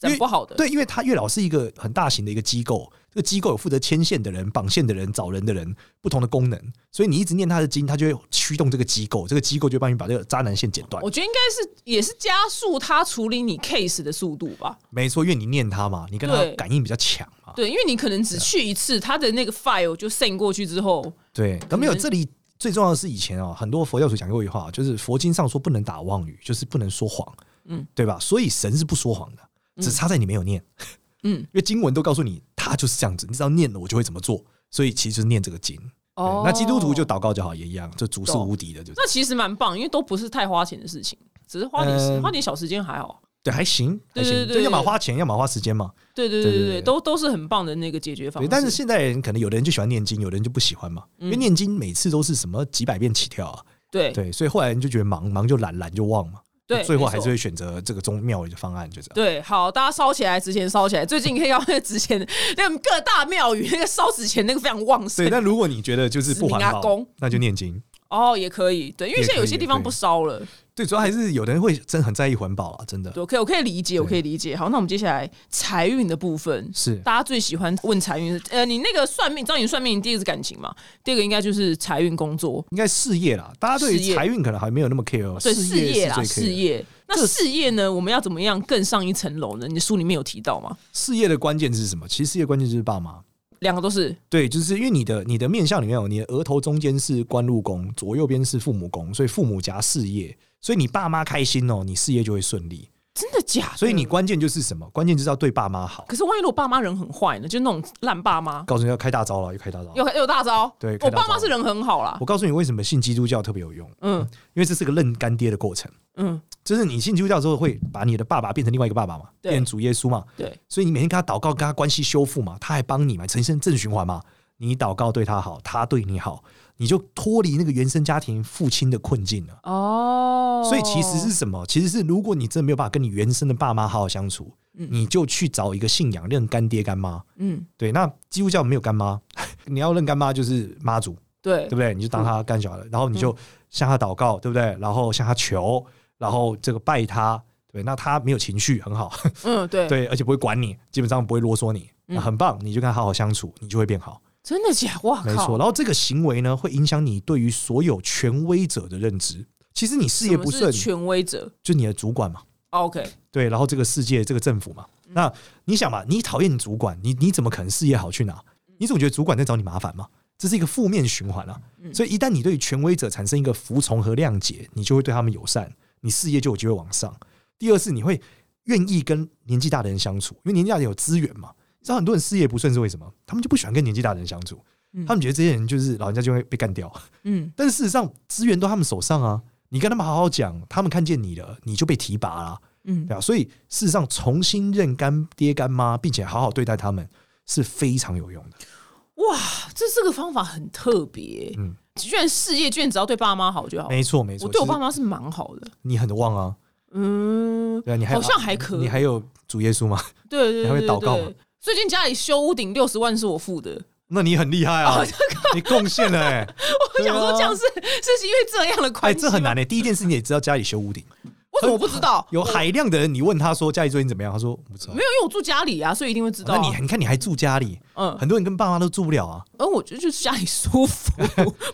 [SPEAKER 1] 讲不好的，
[SPEAKER 2] 对，因为他月老是一个很大型的一个机构，这个机构有负责牵线的人、绑线的人、找人的人，不同的功能，所以你一直念他的经，他就会驱动这个机构，这个机构就会帮你把这个渣男线剪断
[SPEAKER 1] 我。觉得应该是也是加速他处理你 case 的速度吧。
[SPEAKER 2] 没错，因为你念他嘛，你跟他
[SPEAKER 1] 对
[SPEAKER 2] 感应比较强嘛。
[SPEAKER 1] 对，因为你可能只去一次，他的那个 file 就 send 过去之后，
[SPEAKER 2] 啊对，但没有
[SPEAKER 1] 可能
[SPEAKER 2] 这里最重要的是以前啊、很多佛教徒讲过一句话，就是佛经上说不能打妄语，就是不能说谎，
[SPEAKER 1] 嗯
[SPEAKER 2] 嗯，对吧？所以神是不说谎的，只差在你没有念，
[SPEAKER 1] 嗯
[SPEAKER 2] 嗯，因为经文都告诉你他就是这样子，你只要念了我就会怎么做，所以其实就是念这个经。对
[SPEAKER 1] 哦，
[SPEAKER 2] 那基督徒就祷告就好，也一样，就足是
[SPEAKER 1] 懂
[SPEAKER 2] 无敌的，就是
[SPEAKER 1] 那其实蛮棒，因为都不是太花钱的事情，只是花点、
[SPEAKER 2] 嗯
[SPEAKER 1] 花点小时间还好。
[SPEAKER 2] 对，还行，还
[SPEAKER 1] 对
[SPEAKER 2] 行，
[SPEAKER 1] 对对
[SPEAKER 2] 就要么
[SPEAKER 1] 对
[SPEAKER 2] 花钱，要么花时间嘛。
[SPEAKER 1] 对对对对
[SPEAKER 2] 对对
[SPEAKER 1] 对，
[SPEAKER 2] 对
[SPEAKER 1] 都都是很棒的那个解决方
[SPEAKER 2] 对，
[SPEAKER 1] 式。
[SPEAKER 2] 但是现代人可能有的人就喜欢念经，有的人就不喜欢嘛，因为念经每次都是什么几百遍起跳啊，
[SPEAKER 1] 嗯对
[SPEAKER 2] 对，所以后来人就觉得忙，忙就懒，懒就忘嘛，
[SPEAKER 1] 对
[SPEAKER 2] 最后
[SPEAKER 1] 没错
[SPEAKER 2] 还是会选择这个宗庙的方案，就这样。
[SPEAKER 1] 对，好，大家烧起来，值钱烧起来。最近可以要那个值钱的， 那个各大庙宇那个烧纸钱那个非常旺盛
[SPEAKER 2] 对，。但如果你觉得就是不环
[SPEAKER 1] 指明阿
[SPEAKER 2] 保
[SPEAKER 1] 公，
[SPEAKER 2] 那就念经。
[SPEAKER 1] 哦，也可以，对，因为
[SPEAKER 2] 也
[SPEAKER 1] 现在有
[SPEAKER 2] 可以
[SPEAKER 1] 些
[SPEAKER 2] 也
[SPEAKER 1] 地方
[SPEAKER 2] 可以
[SPEAKER 1] 不烧了。
[SPEAKER 2] 对，主要还是有的人会真的很在意环保啊，真的
[SPEAKER 1] 对，我可以，我可以理解，我可以理解。好，那我们接下来财运的部分，
[SPEAKER 2] 是
[SPEAKER 1] 大家最喜欢问财运是，呃，你那个算命，知道你算命，你第一个是感情嘛，第二个应该就是财运工作，
[SPEAKER 2] 应该事业啦。大家对
[SPEAKER 1] 事业
[SPEAKER 2] 于财运可能还没有那么 care，哦
[SPEAKER 1] 对
[SPEAKER 2] 事业
[SPEAKER 1] 啦，
[SPEAKER 2] 是最
[SPEAKER 1] 事
[SPEAKER 2] care 的。
[SPEAKER 1] 业。那事业呢？我们要怎么样更上一层楼呢？你书里面有提到吗？
[SPEAKER 2] 事业的关键是什么？其实事业关键就是爸妈。
[SPEAKER 1] 两个都是
[SPEAKER 2] 对，就是因为你的你的面相里面有你的额头中间是官禄宫，左右边是父母宫，所以父母夹事业，所以你爸妈开心哦，你事业就会顺利。
[SPEAKER 1] 真的假的？
[SPEAKER 2] 所以你，关键就是什么？关键就是要对爸妈好。
[SPEAKER 1] 可是万一我爸妈人很坏呢？就那种烂爸妈，
[SPEAKER 2] 告诉你要开大招了，又开大招了。
[SPEAKER 1] 有有大招。
[SPEAKER 2] 对
[SPEAKER 1] 我
[SPEAKER 2] 开大招
[SPEAKER 1] 爸妈是人很好啦
[SPEAKER 2] 我。告诉你为什么信基督教特别有用，
[SPEAKER 1] 嗯
[SPEAKER 2] 因为这是个认干爹的过程。
[SPEAKER 1] 嗯，
[SPEAKER 2] 就是你信基督教之后，会把你的爸爸变成另外一个爸爸嘛，
[SPEAKER 1] 对
[SPEAKER 2] 变成主耶稣嘛，
[SPEAKER 1] 对，
[SPEAKER 2] 所以你每天跟他祷告，跟他关系修复嘛，他还帮你嘛，呈现正循环嘛。你祷告对他好，他对你好，你就脱离那个原生家庭父亲的困境了。
[SPEAKER 1] 哦，
[SPEAKER 2] 所以其实是什么？其实是如果你真的没有办法跟你原生的爸妈好好相处，你就去找一个信仰认干爹干妈。
[SPEAKER 1] 嗯，
[SPEAKER 2] 对，那基督教没有干妈， 你要认干妈就是妈祖，
[SPEAKER 1] 对
[SPEAKER 2] 对不对？你就
[SPEAKER 1] 嗯
[SPEAKER 2] 当他干小孩，然后你就向他祷告，对不对？然后向他求，然后这个拜他，对，那他没有情绪，很好，
[SPEAKER 1] 嗯对，
[SPEAKER 2] 对，而且不会管你，基本上不会啰嗦你，
[SPEAKER 1] 嗯
[SPEAKER 2] 那很棒，你就跟他好好相处，你就会变好，
[SPEAKER 1] 真的假？哇
[SPEAKER 2] 没
[SPEAKER 1] 啊靠
[SPEAKER 2] 错。！然后这个行为呢，会影响你对于所有权威者的认知。其实你事
[SPEAKER 1] 什
[SPEAKER 2] 业
[SPEAKER 1] 么
[SPEAKER 2] 不
[SPEAKER 1] 是
[SPEAKER 2] 顺，
[SPEAKER 1] 权威者。
[SPEAKER 2] 就你的主管嘛，
[SPEAKER 1] OK，
[SPEAKER 2] 对，然后这个世界这个政府嘛，那你想嘛，你讨厌你主管，你你怎么可能事业好去哪？你总觉得主管在找你麻烦嘛，这是一个负面循环啊。所以一旦你对权威者产生一个服从和谅解，你就会对他们友善，你事业就有机会往上。第二是你会愿意跟年纪大的人相处，因为年纪大的人有资源嘛。你知道很多人事业不顺是为什么？他们就不喜欢跟年纪大的人相处，他们觉得这些人就是老人家就会被干掉。
[SPEAKER 1] 嗯，
[SPEAKER 2] 但是事实上资源都他们手上啊，你跟他们好好讲，他们看见你了，你就被提拔啦、
[SPEAKER 1] 嗯
[SPEAKER 2] 对啊，所以事实上重新认干爹干妈，并且好好对待他们是非常有用的。
[SPEAKER 1] 哇，这这个方法很特别。嗯
[SPEAKER 2] 嗯，
[SPEAKER 1] 居然事业，居然只要对爸妈好就好。
[SPEAKER 2] 没错，没
[SPEAKER 1] 哦
[SPEAKER 2] 错，
[SPEAKER 1] 我对我
[SPEAKER 2] 其实
[SPEAKER 1] 爸妈是蛮好的。
[SPEAKER 2] 你很旺啊，
[SPEAKER 1] 嗯，
[SPEAKER 2] 对啊，你还
[SPEAKER 1] 好
[SPEAKER 2] 有
[SPEAKER 1] 像还可以。
[SPEAKER 2] 你还有主耶稣吗？
[SPEAKER 1] 对对
[SPEAKER 2] 还会
[SPEAKER 1] 对对
[SPEAKER 2] 祷告
[SPEAKER 1] 对
[SPEAKER 2] 吗。
[SPEAKER 1] 最近家里修屋顶六十万是我付的，
[SPEAKER 2] 那你很厉害
[SPEAKER 1] 哦
[SPEAKER 2] 啊，你贡献了哎、
[SPEAKER 1] 我
[SPEAKER 2] 对啊
[SPEAKER 1] 想说这样是、是因为这样的
[SPEAKER 2] 哎，
[SPEAKER 1] 关系、
[SPEAKER 2] 这很难哎、第一件事你也知道家里修屋顶，
[SPEAKER 1] 为什么我不知道？
[SPEAKER 2] 有海量的人，你问他说家里最近怎么样，他说我不知道
[SPEAKER 1] 没。有？因为我住家里啊，所以一定会知道、
[SPEAKER 2] 哦那
[SPEAKER 1] 啊。
[SPEAKER 2] 你你看你还住家里，
[SPEAKER 1] 嗯，
[SPEAKER 2] 很多人跟爸妈都住不了啊，
[SPEAKER 1] 而我觉得就是家里舒服，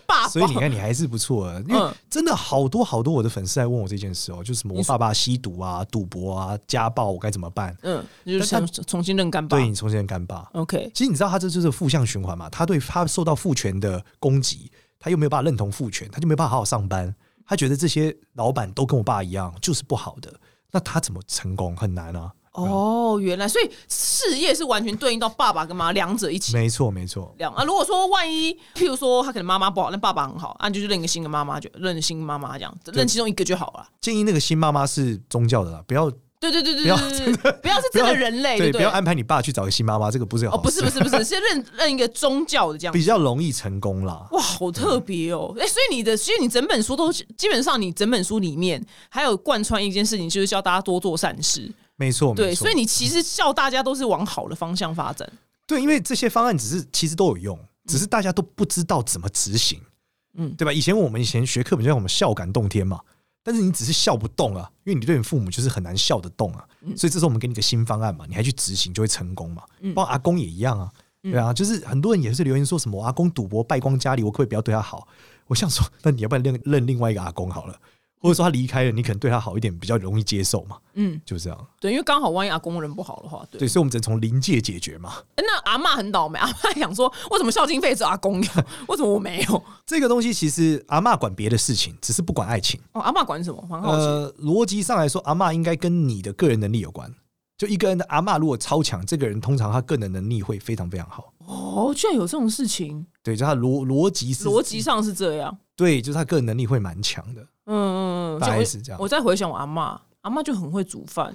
[SPEAKER 1] 爸爸。
[SPEAKER 2] 所以你看你还是不错啊的，因为
[SPEAKER 1] 嗯
[SPEAKER 2] 真的好多好多我的粉丝来问我这件事哦、就是什么
[SPEAKER 1] 你
[SPEAKER 2] 我
[SPEAKER 1] 说
[SPEAKER 2] 爸爸吸毒啊、赌博啊、家暴，我该怎么办？
[SPEAKER 1] 嗯，你就是
[SPEAKER 2] 但
[SPEAKER 1] 重
[SPEAKER 2] 他
[SPEAKER 1] 重新认干爸。
[SPEAKER 2] 对你嗯重新干爸，
[SPEAKER 1] OK，
[SPEAKER 2] 其实你知道，他这就是负向循环嘛。他对他受到父权的攻击，他又没有办法认同父权，他就没有办法好好上班。他觉得这些老板都跟我爸一样，就是不好的。那他怎么成功很难啊？
[SPEAKER 1] 哦，原来所以事业是完全对应到爸爸跟妈两者一起。
[SPEAKER 2] 没错，没错，
[SPEAKER 1] 两啊，如果说万一，譬如说他可能妈妈不好，那爸爸很好，那、你就是认一个新的妈妈，就认新妈妈这样，认其中一个就好了。
[SPEAKER 2] 建议那个新妈妈是宗教的啦，不要
[SPEAKER 1] 对对对对
[SPEAKER 2] 不要
[SPEAKER 1] 对对，对不要是真
[SPEAKER 2] 不
[SPEAKER 1] 的
[SPEAKER 2] 要
[SPEAKER 1] 人类，
[SPEAKER 2] 对，
[SPEAKER 1] 不
[SPEAKER 2] 不要安排你爸去找个新妈妈，这个不是个
[SPEAKER 1] 哎哦，
[SPEAKER 2] 好
[SPEAKER 1] 不
[SPEAKER 2] 事，
[SPEAKER 1] 是不是不是，是认认一个宗教的这样。
[SPEAKER 2] 比较容易成功啦。
[SPEAKER 1] 哇，好特别哦！
[SPEAKER 2] 嗯
[SPEAKER 1] 哎、所以你的，所以你整本书都是基本上，你整本书里面还有贯穿一件事情，就是教大家多做善事。
[SPEAKER 2] 没错，没
[SPEAKER 1] 对，
[SPEAKER 2] 错
[SPEAKER 1] 所以你其实叫大家都是往好的方向发展。
[SPEAKER 2] 对，因为这些方案只是其实都有用，只是大家都不知道怎么执行，
[SPEAKER 1] 嗯
[SPEAKER 2] 嗯，对吧？以前我们以前学课本就让我们孝感动天嘛，但是你只是笑不动啊，因为你对你父母就是很难笑得动啊，
[SPEAKER 1] 嗯
[SPEAKER 2] 所以这时候我们给你个新方案嘛，你还去执行就会成功嘛，包括阿公也一样啊，
[SPEAKER 1] 嗯
[SPEAKER 2] 对啊，就是很多人也是留言说什么我阿公赌博败光家里，我可不可以不要对他好？我想说，那你要不然认认另外一个阿公好了，或者说他离开了，你可能对他好一点，比较容易接受嘛，
[SPEAKER 1] 嗯，
[SPEAKER 2] 就这样。
[SPEAKER 1] 对，因为刚好万一阿公人不好的话，对，
[SPEAKER 2] 对，所以我们只能从临界解决嘛。
[SPEAKER 1] 诶那阿嬷很倒霉，阿嬷想说，为什么孝敬费只有阿公有，为什么我没有？
[SPEAKER 2] 这个东西其实阿嬷管别的事情，只是不管爱情。
[SPEAKER 1] 哦，阿嬷管什么？我蛮好奇。
[SPEAKER 2] 呃，逻辑上来说，阿嬷应该跟你的个人能力有关。就一个人的阿嬷如果超强，这个人通常他个人能力会非常非常好。
[SPEAKER 1] 哦，居然有这种事情，
[SPEAKER 2] 对，就他逻逻辑是
[SPEAKER 1] 逻辑上是这样。
[SPEAKER 2] 对，就是他个人能力会蛮强的，
[SPEAKER 1] 嗯嗯嗯，
[SPEAKER 2] 大
[SPEAKER 1] 像
[SPEAKER 2] 概
[SPEAKER 1] 我
[SPEAKER 2] 是这样
[SPEAKER 1] 我。再回想我阿嬷，阿嬷就很会煮饭，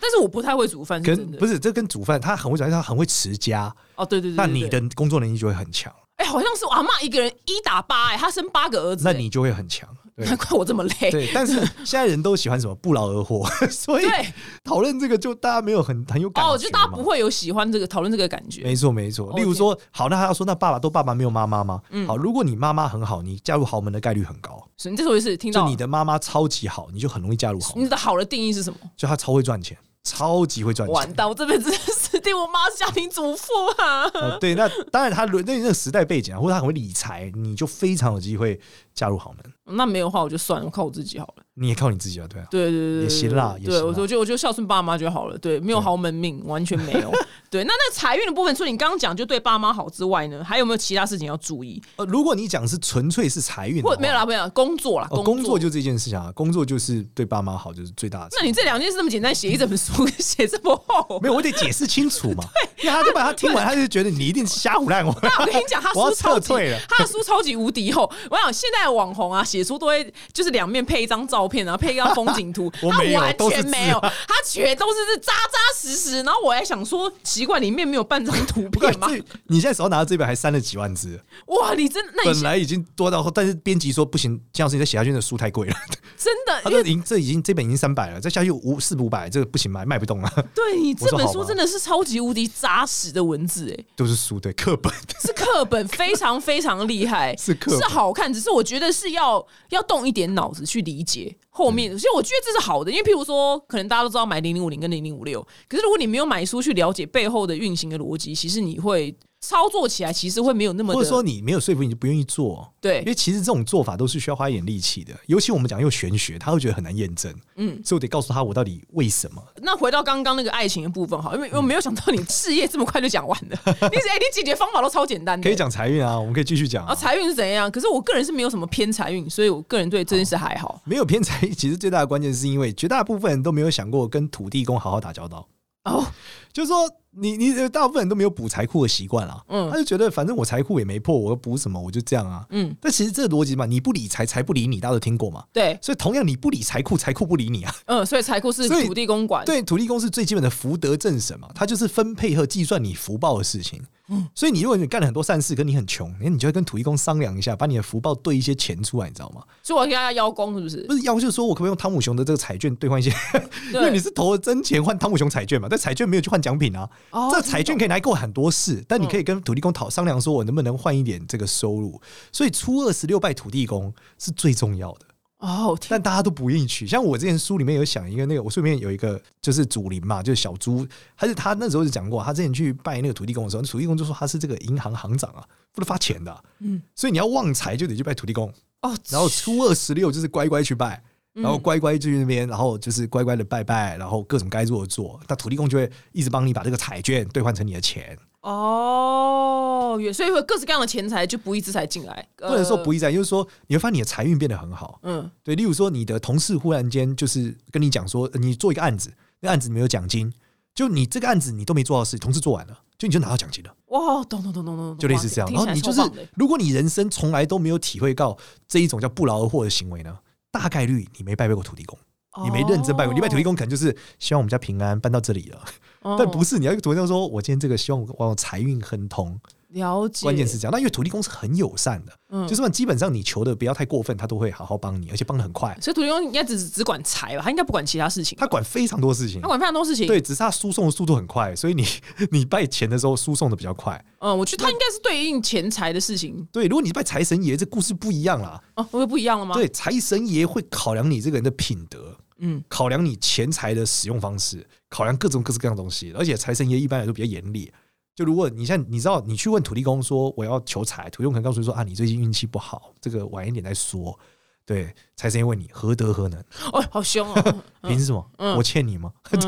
[SPEAKER 1] 但是我不太会煮饭，是
[SPEAKER 2] 跟
[SPEAKER 1] 真的。
[SPEAKER 2] 不是这跟煮饭，他很会煮，他很会持家，
[SPEAKER 1] 哦，对对对
[SPEAKER 2] 那
[SPEAKER 1] 对
[SPEAKER 2] 你
[SPEAKER 1] 对
[SPEAKER 2] 的工作能力就会很强，
[SPEAKER 1] 哎、好像是我阿嬷一个人一打八、哎，她生八个儿子、
[SPEAKER 2] 那
[SPEAKER 1] 哎
[SPEAKER 2] 你就会很强。 对
[SPEAKER 1] 难怪我这么累。
[SPEAKER 2] 对，但是现在人都喜欢什么不劳而获， 所以
[SPEAKER 1] 对
[SPEAKER 2] 讨论这个就大家没有很很有感觉嘛。
[SPEAKER 1] 哦，就大家不会有喜欢这个讨论这个感觉。
[SPEAKER 2] 没错没错。
[SPEAKER 1] 哦嗯
[SPEAKER 2] 例如说，好，那他要说，那爸爸都爸爸没有妈妈吗？好，如果你妈妈很好，你嫁入豪门的概率很高。
[SPEAKER 1] 所以你这回是听
[SPEAKER 2] 就
[SPEAKER 1] 到
[SPEAKER 2] 你的妈妈超级好，你就很容易嫁入豪
[SPEAKER 1] 你
[SPEAKER 2] 门。
[SPEAKER 1] 的好的定义是什么？
[SPEAKER 2] 就她超会赚钱，超级会赚
[SPEAKER 1] 完
[SPEAKER 2] 钱。
[SPEAKER 1] 蛋，我这辈子真 的是定我妈是家庭主妇啊！
[SPEAKER 2] 呃对，那当然她那那个时代背景啊，或者她很会理财，你就非常有机会嫁入豪门。
[SPEAKER 1] 那没有的话，我就算了，我靠我自己好了。
[SPEAKER 2] 你也靠你自己啊，对啊。
[SPEAKER 1] 对对对，对
[SPEAKER 2] 也行啦
[SPEAKER 1] 对
[SPEAKER 2] 也行啦
[SPEAKER 1] 对，我就我就我就孝顺爸妈就好了。对，没有豪门命，完全没有。 对，那那个财运的部分，除了你刚刚讲就对爸妈好之外呢，还有没有其他事情要注意？
[SPEAKER 2] 呃，如果你讲是纯粹是财运的话，
[SPEAKER 1] 哦或没有啦，没有啦工作啦，
[SPEAKER 2] 哦，工作就这件事情啊，工作就是对爸妈好，就是最大的财。
[SPEAKER 1] 那你这两件事这么简单，写一整本书， 写这么厚，
[SPEAKER 2] 没有，我得解释清楚 嘛，因为他就把他听完，他就觉得你一定瞎胡乱我。
[SPEAKER 1] 那 我跟你讲，他
[SPEAKER 2] 我要
[SPEAKER 1] 书超级
[SPEAKER 2] 撤退了，
[SPEAKER 1] 他的书超级无敌厚。我想现在的网红啊，写书都会就是两面配一张照片，然后配一张风景图
[SPEAKER 2] 。我
[SPEAKER 1] 他
[SPEAKER 2] 没有
[SPEAKER 1] 完
[SPEAKER 2] 都是
[SPEAKER 1] 全
[SPEAKER 2] 字啊
[SPEAKER 1] 没有，他全都是是扎扎实实。然后我还想说，奇怪，里面没有半张图
[SPEAKER 2] 不过
[SPEAKER 1] 片吗？
[SPEAKER 2] 这你现在手上拿的这本还删了几万字，
[SPEAKER 1] 哇，你真那你
[SPEAKER 2] 本
[SPEAKER 1] 现
[SPEAKER 2] 来已经多到，但是编辑说不行，姜老师你再写下去，那书太贵 了。
[SPEAKER 1] 真的因
[SPEAKER 2] 他
[SPEAKER 1] 为
[SPEAKER 2] 说已经这已经这本已经三百了，再下去五四五百，这个不行卖卖不动了，
[SPEAKER 1] 对你这
[SPEAKER 2] 我说
[SPEAKER 1] 本
[SPEAKER 2] 好
[SPEAKER 1] 书
[SPEAKER 2] 吧
[SPEAKER 1] 真的是超级无敌扎实的文字、哎，
[SPEAKER 2] 都是书对课本。
[SPEAKER 1] 是课本，非常非常厉害，
[SPEAKER 2] 是课本
[SPEAKER 1] 是好看，只是我觉得是要要动一点脑子去理解后面。所以我觉得这是好的，因为譬如说，可能大家都知道买零零五零跟零零五六，可是如果你没有买书去了解背后的运行的逻辑，其实你会操作起来其实会没有那么的
[SPEAKER 2] 或者说你没有说服，你就不愿意做。因为
[SPEAKER 1] 对。
[SPEAKER 2] 其实这种做法都是需要花一点力气的，尤其我们讲又玄学，他会觉得很难验证。嗯，所以我得告诉他我到底为什么。
[SPEAKER 1] 那回到刚刚那个爱情的部分哈，因为我没有想到你事业这么快就讲完 了，你哎、你解决方法都超简单的，
[SPEAKER 2] 可以。讲财运啊，我们可以继续讲、
[SPEAKER 1] 啊，
[SPEAKER 2] 啊。
[SPEAKER 1] 财运是怎样？可是我个人是没有什么偏财运，所以我个人对这件事还好。
[SPEAKER 2] 没有偏财，其实最大的关键是因为绝大部分人都没有想过跟土地公好好打交道。
[SPEAKER 1] 哦，
[SPEAKER 2] 就是说你，你大部分人都没有补财库的习惯啊，
[SPEAKER 1] 嗯
[SPEAKER 2] 他就觉得反正我财库也没破，我要补什么我就这样啊，
[SPEAKER 1] 嗯，
[SPEAKER 2] 但其实这个逻辑嘛，你不理财，财不理你，大家都听过嘛，
[SPEAKER 1] 对，
[SPEAKER 2] 所以同样你不理财库，财库不 理你啊，
[SPEAKER 1] 嗯，所以财库是
[SPEAKER 2] 所以
[SPEAKER 1] 土地公管，
[SPEAKER 2] 对，土地公是最基本的福德正神嘛，它就是分配和计算你福报的事情。
[SPEAKER 1] 嗯
[SPEAKER 2] 所以你如果你干了很多善事，跟你很穷，那你就要跟土地公商量一下，把你的福报兑一些钱出来，你知道吗？
[SPEAKER 1] 所以我要跟他邀功，是不是
[SPEAKER 2] 不？是，要不就是说我可不可以用汤姆熊的这个彩券兑换一些？因
[SPEAKER 1] 对
[SPEAKER 2] 为你是投了真钱换汤姆熊彩券嘛，但彩券没有去换奖品啊。
[SPEAKER 1] 哦
[SPEAKER 2] 这彩券可以拿来购很多事，但你可以跟土地公讨商量，说我能不能换一点这个收入。所以初二十六拜土地公是最重要的。
[SPEAKER 1] 哦，天，
[SPEAKER 2] 但大家都不愿意去。像我之前书里面有想一个那个，我书里面有一个就是祖灵嘛，就是小猪，他是他那时候就讲过，他之前去拜那个土地公的时候，土地公就说他是这个银行行长啊，不能发钱的啊、
[SPEAKER 1] 嗯
[SPEAKER 2] 所以你要旺财就得去拜土地公，
[SPEAKER 1] 哦，
[SPEAKER 2] 然后初二十六就是乖乖去拜。
[SPEAKER 1] 嗯
[SPEAKER 2] 然后乖乖去那边，然后就是乖乖的拜拜，然后各种该做的做，那土地公就会一直帮你把这个彩券兑换成你的钱，
[SPEAKER 1] 哦，也所以会有各式各样的钱财就不义之财进来，
[SPEAKER 2] 不能说不
[SPEAKER 1] 义，
[SPEAKER 2] 义在，就是说你会发现你的财运变得很好，
[SPEAKER 1] 嗯，
[SPEAKER 2] 对，例如说你的同事忽然间就是跟你讲说，呃你做一个案子，那案子没有奖金，就你这个案子你都没做到事，同事做完了，就你就拿到奖金了，
[SPEAKER 1] 哇，懂懂懂懂懂，
[SPEAKER 2] 就类似这样。然
[SPEAKER 1] 哇
[SPEAKER 2] 后
[SPEAKER 1] 听
[SPEAKER 2] 你
[SPEAKER 1] 起
[SPEAKER 2] 就
[SPEAKER 1] 来
[SPEAKER 2] 是
[SPEAKER 1] 超棒的，
[SPEAKER 2] 如果你人生从来都没有体会到这一种叫不劳而获的行为呢，大概率你没拜过土地公，你没认真拜过。你拜土地公可能就是希望我们家平安搬到这里了，
[SPEAKER 1] 哦，
[SPEAKER 2] 但不是你要跟土地公说，我今天这个希望我我财运亨通，
[SPEAKER 1] 了解，
[SPEAKER 2] 关键是这样。那因为土地公是很友善的，
[SPEAKER 1] 嗯
[SPEAKER 2] 就是说基本上你求的不要太过分，他都会好好帮你，而且帮的很快。
[SPEAKER 1] 所以土地公应该只只管财吧，他应该不管其他事情吧，
[SPEAKER 2] 他管非常多事情
[SPEAKER 1] 他，管非常多事情。
[SPEAKER 2] 对，只是他输送的速度很快，所以你 你拜钱的时候输送的比较快。
[SPEAKER 1] 嗯，我觉得他应该是对应钱财的事情
[SPEAKER 2] 对，如果你拜财神爷，这故事不一样啦。
[SPEAKER 1] 哦，会不一样了吗？
[SPEAKER 2] 对，财神爷会考量你这个人的品德，
[SPEAKER 1] 嗯，
[SPEAKER 2] 考量你钱财的使用方式，考量各种各式各样的东西。而且财神爷一般来说比较严厉。就如果你像你知道，你去问土地公说我要求财，土地公可能告诉你说啊，你最近运气不好，这个晚一点再说。对，财神爷问你何德何能，
[SPEAKER 1] 哦，好凶哦，
[SPEAKER 2] 凭什么？我欠你吗？
[SPEAKER 1] 嗯
[SPEAKER 2] 你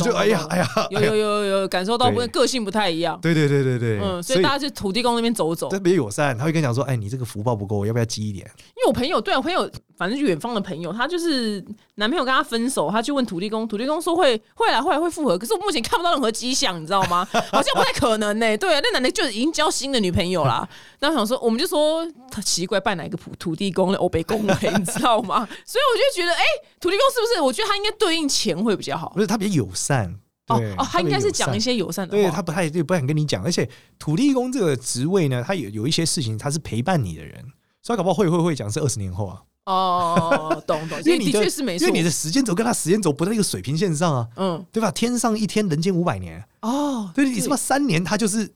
[SPEAKER 2] 就
[SPEAKER 1] 懂了
[SPEAKER 2] 哎呀
[SPEAKER 1] 懂了
[SPEAKER 2] 哎呀，
[SPEAKER 1] 有
[SPEAKER 2] 哎呀
[SPEAKER 1] 有有有有感受到，
[SPEAKER 2] 对
[SPEAKER 1] 不个性不太一样。
[SPEAKER 2] 对对对对对，
[SPEAKER 1] 嗯，所以大家去土地公那边走走。
[SPEAKER 2] 特别友善，他会跟你讲说，哎，你这个福报不够，要不要积一点？
[SPEAKER 1] 因为我朋友，对啊我朋友，反正就远方的朋友，他就是男朋友跟他分手，他去问土地公，土地公说会会来会来会复合，可是我目前看不到任何迹象，你知道 吗？好像不太可能呢、对啊，那男的就已经交新的女朋友啦。那我想说，我们就说他奇怪，拜哪一个土土地公的欧北公嘞， 你知道吗？所以我就觉得，哎、土地公是不是？我觉得他应该对应钱会比较好
[SPEAKER 2] 不。是，他比较友善。
[SPEAKER 1] 哦
[SPEAKER 2] 对
[SPEAKER 1] 哦，他应该是
[SPEAKER 2] 比较
[SPEAKER 1] 讲
[SPEAKER 2] 友
[SPEAKER 1] 一
[SPEAKER 2] 善
[SPEAKER 1] 些友善的
[SPEAKER 2] 对
[SPEAKER 1] 话。
[SPEAKER 2] 他不太对，不想跟你讲。而且土地公这个职位呢，他有有一些事情，他是陪伴你的人，所以他搞不好会会会讲是二十年后啊，
[SPEAKER 1] 哦，懂懂，
[SPEAKER 2] 因
[SPEAKER 1] 所以
[SPEAKER 2] 为你
[SPEAKER 1] 的
[SPEAKER 2] 的
[SPEAKER 1] 确是没错。
[SPEAKER 2] 因为你的时间轴跟他时间轴不在一个水平线上啊，
[SPEAKER 1] 嗯，
[SPEAKER 2] 对吧？天上一天，人间五百年，
[SPEAKER 1] 哦，
[SPEAKER 2] 对，你什么三年，他就是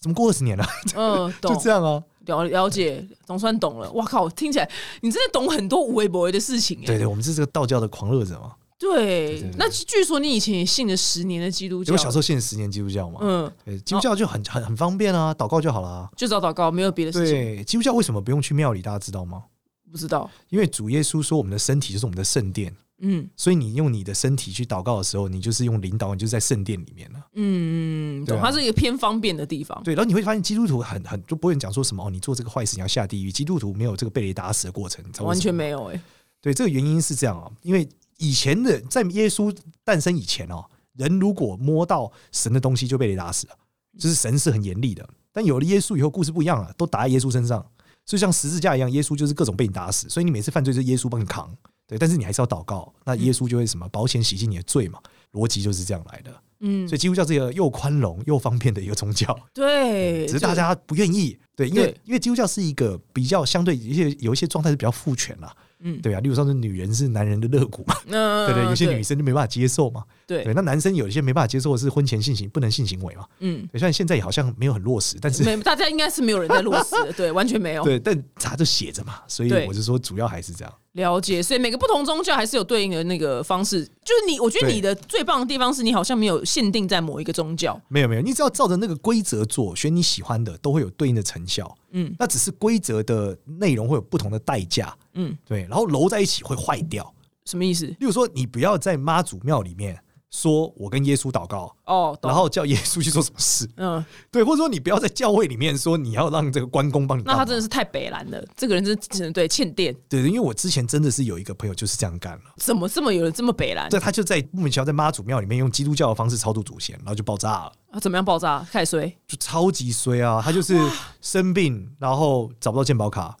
[SPEAKER 2] 怎么过二十年了、
[SPEAKER 1] 嗯，
[SPEAKER 2] 就
[SPEAKER 1] 懂，
[SPEAKER 2] 这样啊。
[SPEAKER 1] 了了解，总算懂了。哇靠，听起来你真的懂很多无为不为的事情哎、
[SPEAKER 2] 对对，我们是这个道教的狂热者嘛，
[SPEAKER 1] 对
[SPEAKER 2] 对对
[SPEAKER 1] 那据说你以前也信了十年的基督
[SPEAKER 2] 因
[SPEAKER 1] 教，
[SPEAKER 2] 为小时候信十年基督教嘛，
[SPEAKER 1] 嗯，
[SPEAKER 2] 对，基督教就很很很方便啊，祷告就好了、啊。
[SPEAKER 1] 就找祷告，没有别的事情，
[SPEAKER 2] 对，基督教为什么不用去庙里？大家知道吗？
[SPEAKER 1] 不知道。
[SPEAKER 2] 因为主耶稣说，我们的身体就是我们的圣殿，
[SPEAKER 1] 嗯
[SPEAKER 2] 所以你用你的身体去祷告的时候，你就是用领导，你就是在圣殿里面了。
[SPEAKER 1] 嗯，
[SPEAKER 2] 对
[SPEAKER 1] 懂，
[SPEAKER 2] 啊
[SPEAKER 1] 它是一个偏方便的地方。
[SPEAKER 2] 对，然后你会发现基督徒很很就不会讲说什么哦，你做这个坏事你要下地狱。基督徒没有这个被雷打死的过程，你知道为
[SPEAKER 1] 完
[SPEAKER 2] 什么
[SPEAKER 1] 全
[SPEAKER 2] 吗。
[SPEAKER 1] 没有哎、
[SPEAKER 2] 对，这个原因是这样啊，因为以前的在耶稣诞生以前哦，人如果摸到神的东西就被雷打死了，
[SPEAKER 1] 嗯
[SPEAKER 2] 就是神是很严厉的。但有了耶稣以后，故事不一样了，都打在耶稣身上，所以像十字架一样，耶稣就是各种被你打死，所以你每次犯罪就是耶稣帮你扛。对，但是你还是要祷告，那耶稣就会什么保险洗净你的罪嘛，逻辑就是这样来的。
[SPEAKER 1] 嗯
[SPEAKER 2] 所，以基督教是一个又宽容又方便的一个宗教，
[SPEAKER 1] 对，
[SPEAKER 2] 只是
[SPEAKER 1] 就
[SPEAKER 2] 大家不愿意。对，因为
[SPEAKER 1] 对
[SPEAKER 2] 因为基督教是一个比较相对一些有一些状态是比较父权啦，
[SPEAKER 1] 嗯，
[SPEAKER 2] 对啊，例如说是女人是男人的肋骨嘛，
[SPEAKER 1] 那
[SPEAKER 2] 对对，有些女生就没办法接受嘛，
[SPEAKER 1] 对
[SPEAKER 2] 对，那男生有一些没办法接受的是婚前性行不能性行为嘛，
[SPEAKER 1] 嗯，
[SPEAKER 2] 对，虽然现在也好像没有很落实，但是
[SPEAKER 1] 没，大家应该是没有人在落实的，对，完全没有。
[SPEAKER 2] 对，但他就写着嘛，所以
[SPEAKER 1] 对
[SPEAKER 2] 我就说主要还是这样，
[SPEAKER 1] 了解，所以每个不同宗教还是有对应的那个方式。就是你，我觉得
[SPEAKER 2] 对
[SPEAKER 1] 你的最棒的地方是你好像没有限定在某一个宗教。
[SPEAKER 2] 没有没有，你只要照着那个规则做，选你喜欢的，都会有对应的成效，
[SPEAKER 1] 嗯
[SPEAKER 2] 那只是规则的内容会有不同的代价，
[SPEAKER 1] 嗯，
[SPEAKER 2] 对，然后揉在一起会坏掉。
[SPEAKER 1] 什么意思？
[SPEAKER 2] 例如说，你不要在妈祖庙里面说我跟耶稣祷告，
[SPEAKER 1] 哦，懂
[SPEAKER 2] 然。后叫耶稣去做什么事，
[SPEAKER 1] 嗯，
[SPEAKER 2] 对，或者说你不要在教会里面说你要让这个关公帮你干
[SPEAKER 1] 那他
[SPEAKER 2] 嘛。
[SPEAKER 1] 真的是太北蓝了，这个人真的只能对欠电，
[SPEAKER 2] 对，因为我之前真的是有一个朋友就是这样干了，
[SPEAKER 1] 怎么这么有人这么北蓝？
[SPEAKER 2] 对，他就在莫名其妙在妈祖庙里面用基督教的方式超度祖先，然后就爆炸了。
[SPEAKER 1] 啊，怎么样爆炸？开始衰，
[SPEAKER 2] 就超级衰啊！他就是生病，然后找不到健保卡，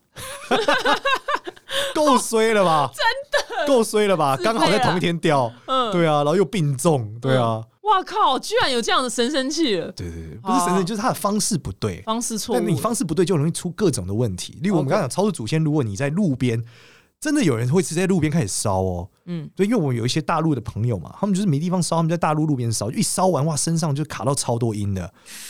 [SPEAKER 2] 够衰了吧？真的够衰了吧？
[SPEAKER 1] 自费
[SPEAKER 2] 刚好在同一天掉，
[SPEAKER 1] 嗯
[SPEAKER 2] 对啊，然后又病重，对啊，
[SPEAKER 1] 哇靠！居然有这样的神生气了，
[SPEAKER 2] 对对对，不是神
[SPEAKER 1] 好
[SPEAKER 2] 圣，就是他的方式不对。
[SPEAKER 1] 方式错
[SPEAKER 2] 那
[SPEAKER 1] 误哦了。
[SPEAKER 2] 你方式不对，就容易出各种的问题。例如我们
[SPEAKER 1] OK
[SPEAKER 2] 刚刚讲超度祖先，如果你在路边，真的有人会直接在路边开始烧哦。
[SPEAKER 1] 嗯，
[SPEAKER 2] 对，因为我们有一些大陆的朋友嘛，他们就是没地方烧，他们在大陆路边烧，就一烧完哇，身上就卡到超多阴的。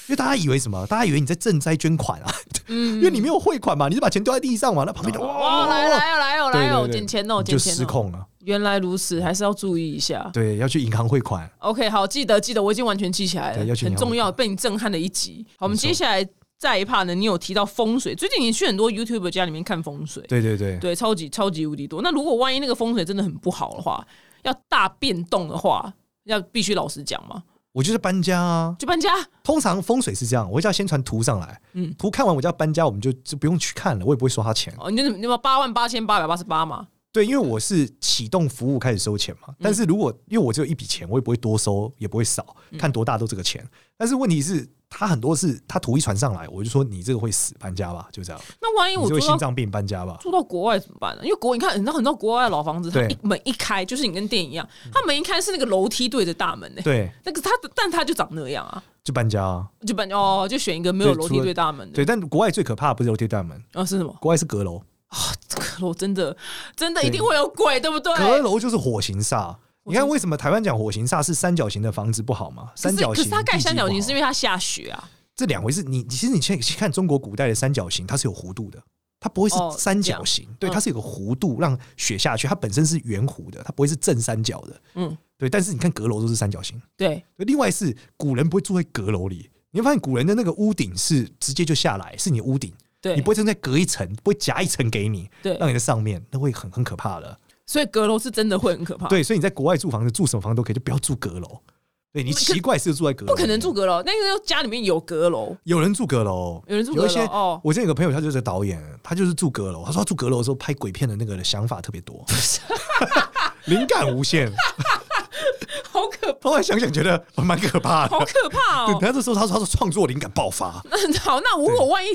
[SPEAKER 2] 因为大家以为什么？大家以为你在赈灾捐款啊， 因为你没有汇款嘛，你就把钱丢在地上嘛，那旁边的哇
[SPEAKER 1] 哇，来嗯来
[SPEAKER 2] 哇
[SPEAKER 1] 哦来哦
[SPEAKER 2] 对
[SPEAKER 1] 来哦，
[SPEAKER 2] 对对
[SPEAKER 1] 捡钱哦，
[SPEAKER 2] 你
[SPEAKER 1] 捡
[SPEAKER 2] 就
[SPEAKER 1] 钱
[SPEAKER 2] 失
[SPEAKER 1] 哦。
[SPEAKER 2] 控了。
[SPEAKER 1] 原来如此，还是要注意一下。
[SPEAKER 2] 对，要去银行汇款。
[SPEAKER 1] OK，好，记得记得，我已经完全记起来了，
[SPEAKER 2] 对要去
[SPEAKER 1] 很
[SPEAKER 2] 你要
[SPEAKER 1] 重要，被你震撼的一集。好，我们
[SPEAKER 2] 没错
[SPEAKER 1] 接下来再一趴呢，你有提到风水，最近你去很多 YouTube 家里面看风水，
[SPEAKER 2] 对对对，
[SPEAKER 1] 对，超级超级无敌多。那如果万一那个风水真的很不好的话，要大变动的话，要必须老实讲嘛，
[SPEAKER 2] 我就是搬家啊。
[SPEAKER 1] 就搬家。
[SPEAKER 2] 通常风水是这样，我会叫先传图上来，
[SPEAKER 1] 嗯
[SPEAKER 2] 图看完我就要搬家，我们就就不用去看了，我也不会收他钱。
[SPEAKER 1] 哦，你就你有八万八千八百八十八嘛？
[SPEAKER 2] 对，因为我是启动服务开始收钱
[SPEAKER 1] 嗯
[SPEAKER 2] 嘛，但是如果因为我只有一笔钱，我也不会多收，也不会少，
[SPEAKER 1] 嗯
[SPEAKER 2] 看多大都这个钱。但是问题是，他很多是他图一传上来，我就说你这个会死，搬家吧，就这样。
[SPEAKER 1] 那万一
[SPEAKER 2] 你
[SPEAKER 1] 我住
[SPEAKER 2] 这会心
[SPEAKER 1] 到
[SPEAKER 2] 脏病，搬家吧。
[SPEAKER 1] 住到国外怎么办呢？因为国你看，你知道很多国外的老房子，它
[SPEAKER 2] 对
[SPEAKER 1] 一门一开就是你跟电影一样，它门一开是那个楼梯对着大门呢、
[SPEAKER 2] 对
[SPEAKER 1] 那个它但它就长那样啊，
[SPEAKER 2] 就搬家啊。
[SPEAKER 1] 就本哦，就选一个没有楼
[SPEAKER 2] 对除
[SPEAKER 1] 梯
[SPEAKER 2] 了
[SPEAKER 1] 对大门的。
[SPEAKER 2] 对，但国外最可怕的不是楼梯大门，
[SPEAKER 1] 啊，是什么？
[SPEAKER 2] 国外是阁楼，
[SPEAKER 1] 阁楼真的真的
[SPEAKER 2] 对
[SPEAKER 1] 一定会有鬼，对不对？
[SPEAKER 2] 阁楼就是火形煞。你看
[SPEAKER 1] 我
[SPEAKER 2] 为什么台湾讲火形煞是三角形的房子不好吗？
[SPEAKER 1] 可
[SPEAKER 2] 三
[SPEAKER 1] 是
[SPEAKER 2] 角
[SPEAKER 1] 可
[SPEAKER 2] 形，
[SPEAKER 1] 是它盖
[SPEAKER 2] 地基
[SPEAKER 1] 三角形
[SPEAKER 2] 不好
[SPEAKER 1] 是因为它下雪啊。
[SPEAKER 2] 这两回事。你其实你去去看中国古代的三角形，它是有弧度的，它不会是
[SPEAKER 1] 哦
[SPEAKER 2] 三角形，对，
[SPEAKER 1] 嗯
[SPEAKER 2] 它是有个弧度让雪下去，它本身是圆弧的，它不会是正三角的，
[SPEAKER 1] 嗯，
[SPEAKER 2] 对。但是你看阁楼都是三角形。
[SPEAKER 1] 对，
[SPEAKER 2] 对另外是古人不会住在阁楼里，你会发现古人的那个屋顶是直接就下来，是你的屋顶，
[SPEAKER 1] 对，
[SPEAKER 2] 你不会正在隔一层，不会夹一层给你，
[SPEAKER 1] 对
[SPEAKER 2] 让你在上面，那会很很可怕的。
[SPEAKER 1] 所以阁楼是真的会很可怕。，
[SPEAKER 2] 对，所以你在国外住房子，住什么房都可以，就不要住阁楼。对你
[SPEAKER 1] 可
[SPEAKER 2] 奇怪是住在阁楼，
[SPEAKER 1] 不可能住。阁楼，那个家里面有阁楼，
[SPEAKER 2] 有人住阁楼，
[SPEAKER 1] 有人住
[SPEAKER 2] 有
[SPEAKER 1] 阁
[SPEAKER 2] 一些
[SPEAKER 1] 楼哦。
[SPEAKER 2] 我之前有个朋友，他就是导演，他就是住阁楼。他说他住阁楼的时候拍鬼片的那个想法特别多， 灵感无限。
[SPEAKER 1] 好可
[SPEAKER 2] 后来想想觉得蛮可怕
[SPEAKER 1] 好
[SPEAKER 2] 的。
[SPEAKER 1] 可怕
[SPEAKER 2] 对，
[SPEAKER 1] 哦！
[SPEAKER 2] 他这时候他说他说创作灵感爆发，
[SPEAKER 1] 那 好，那如果万一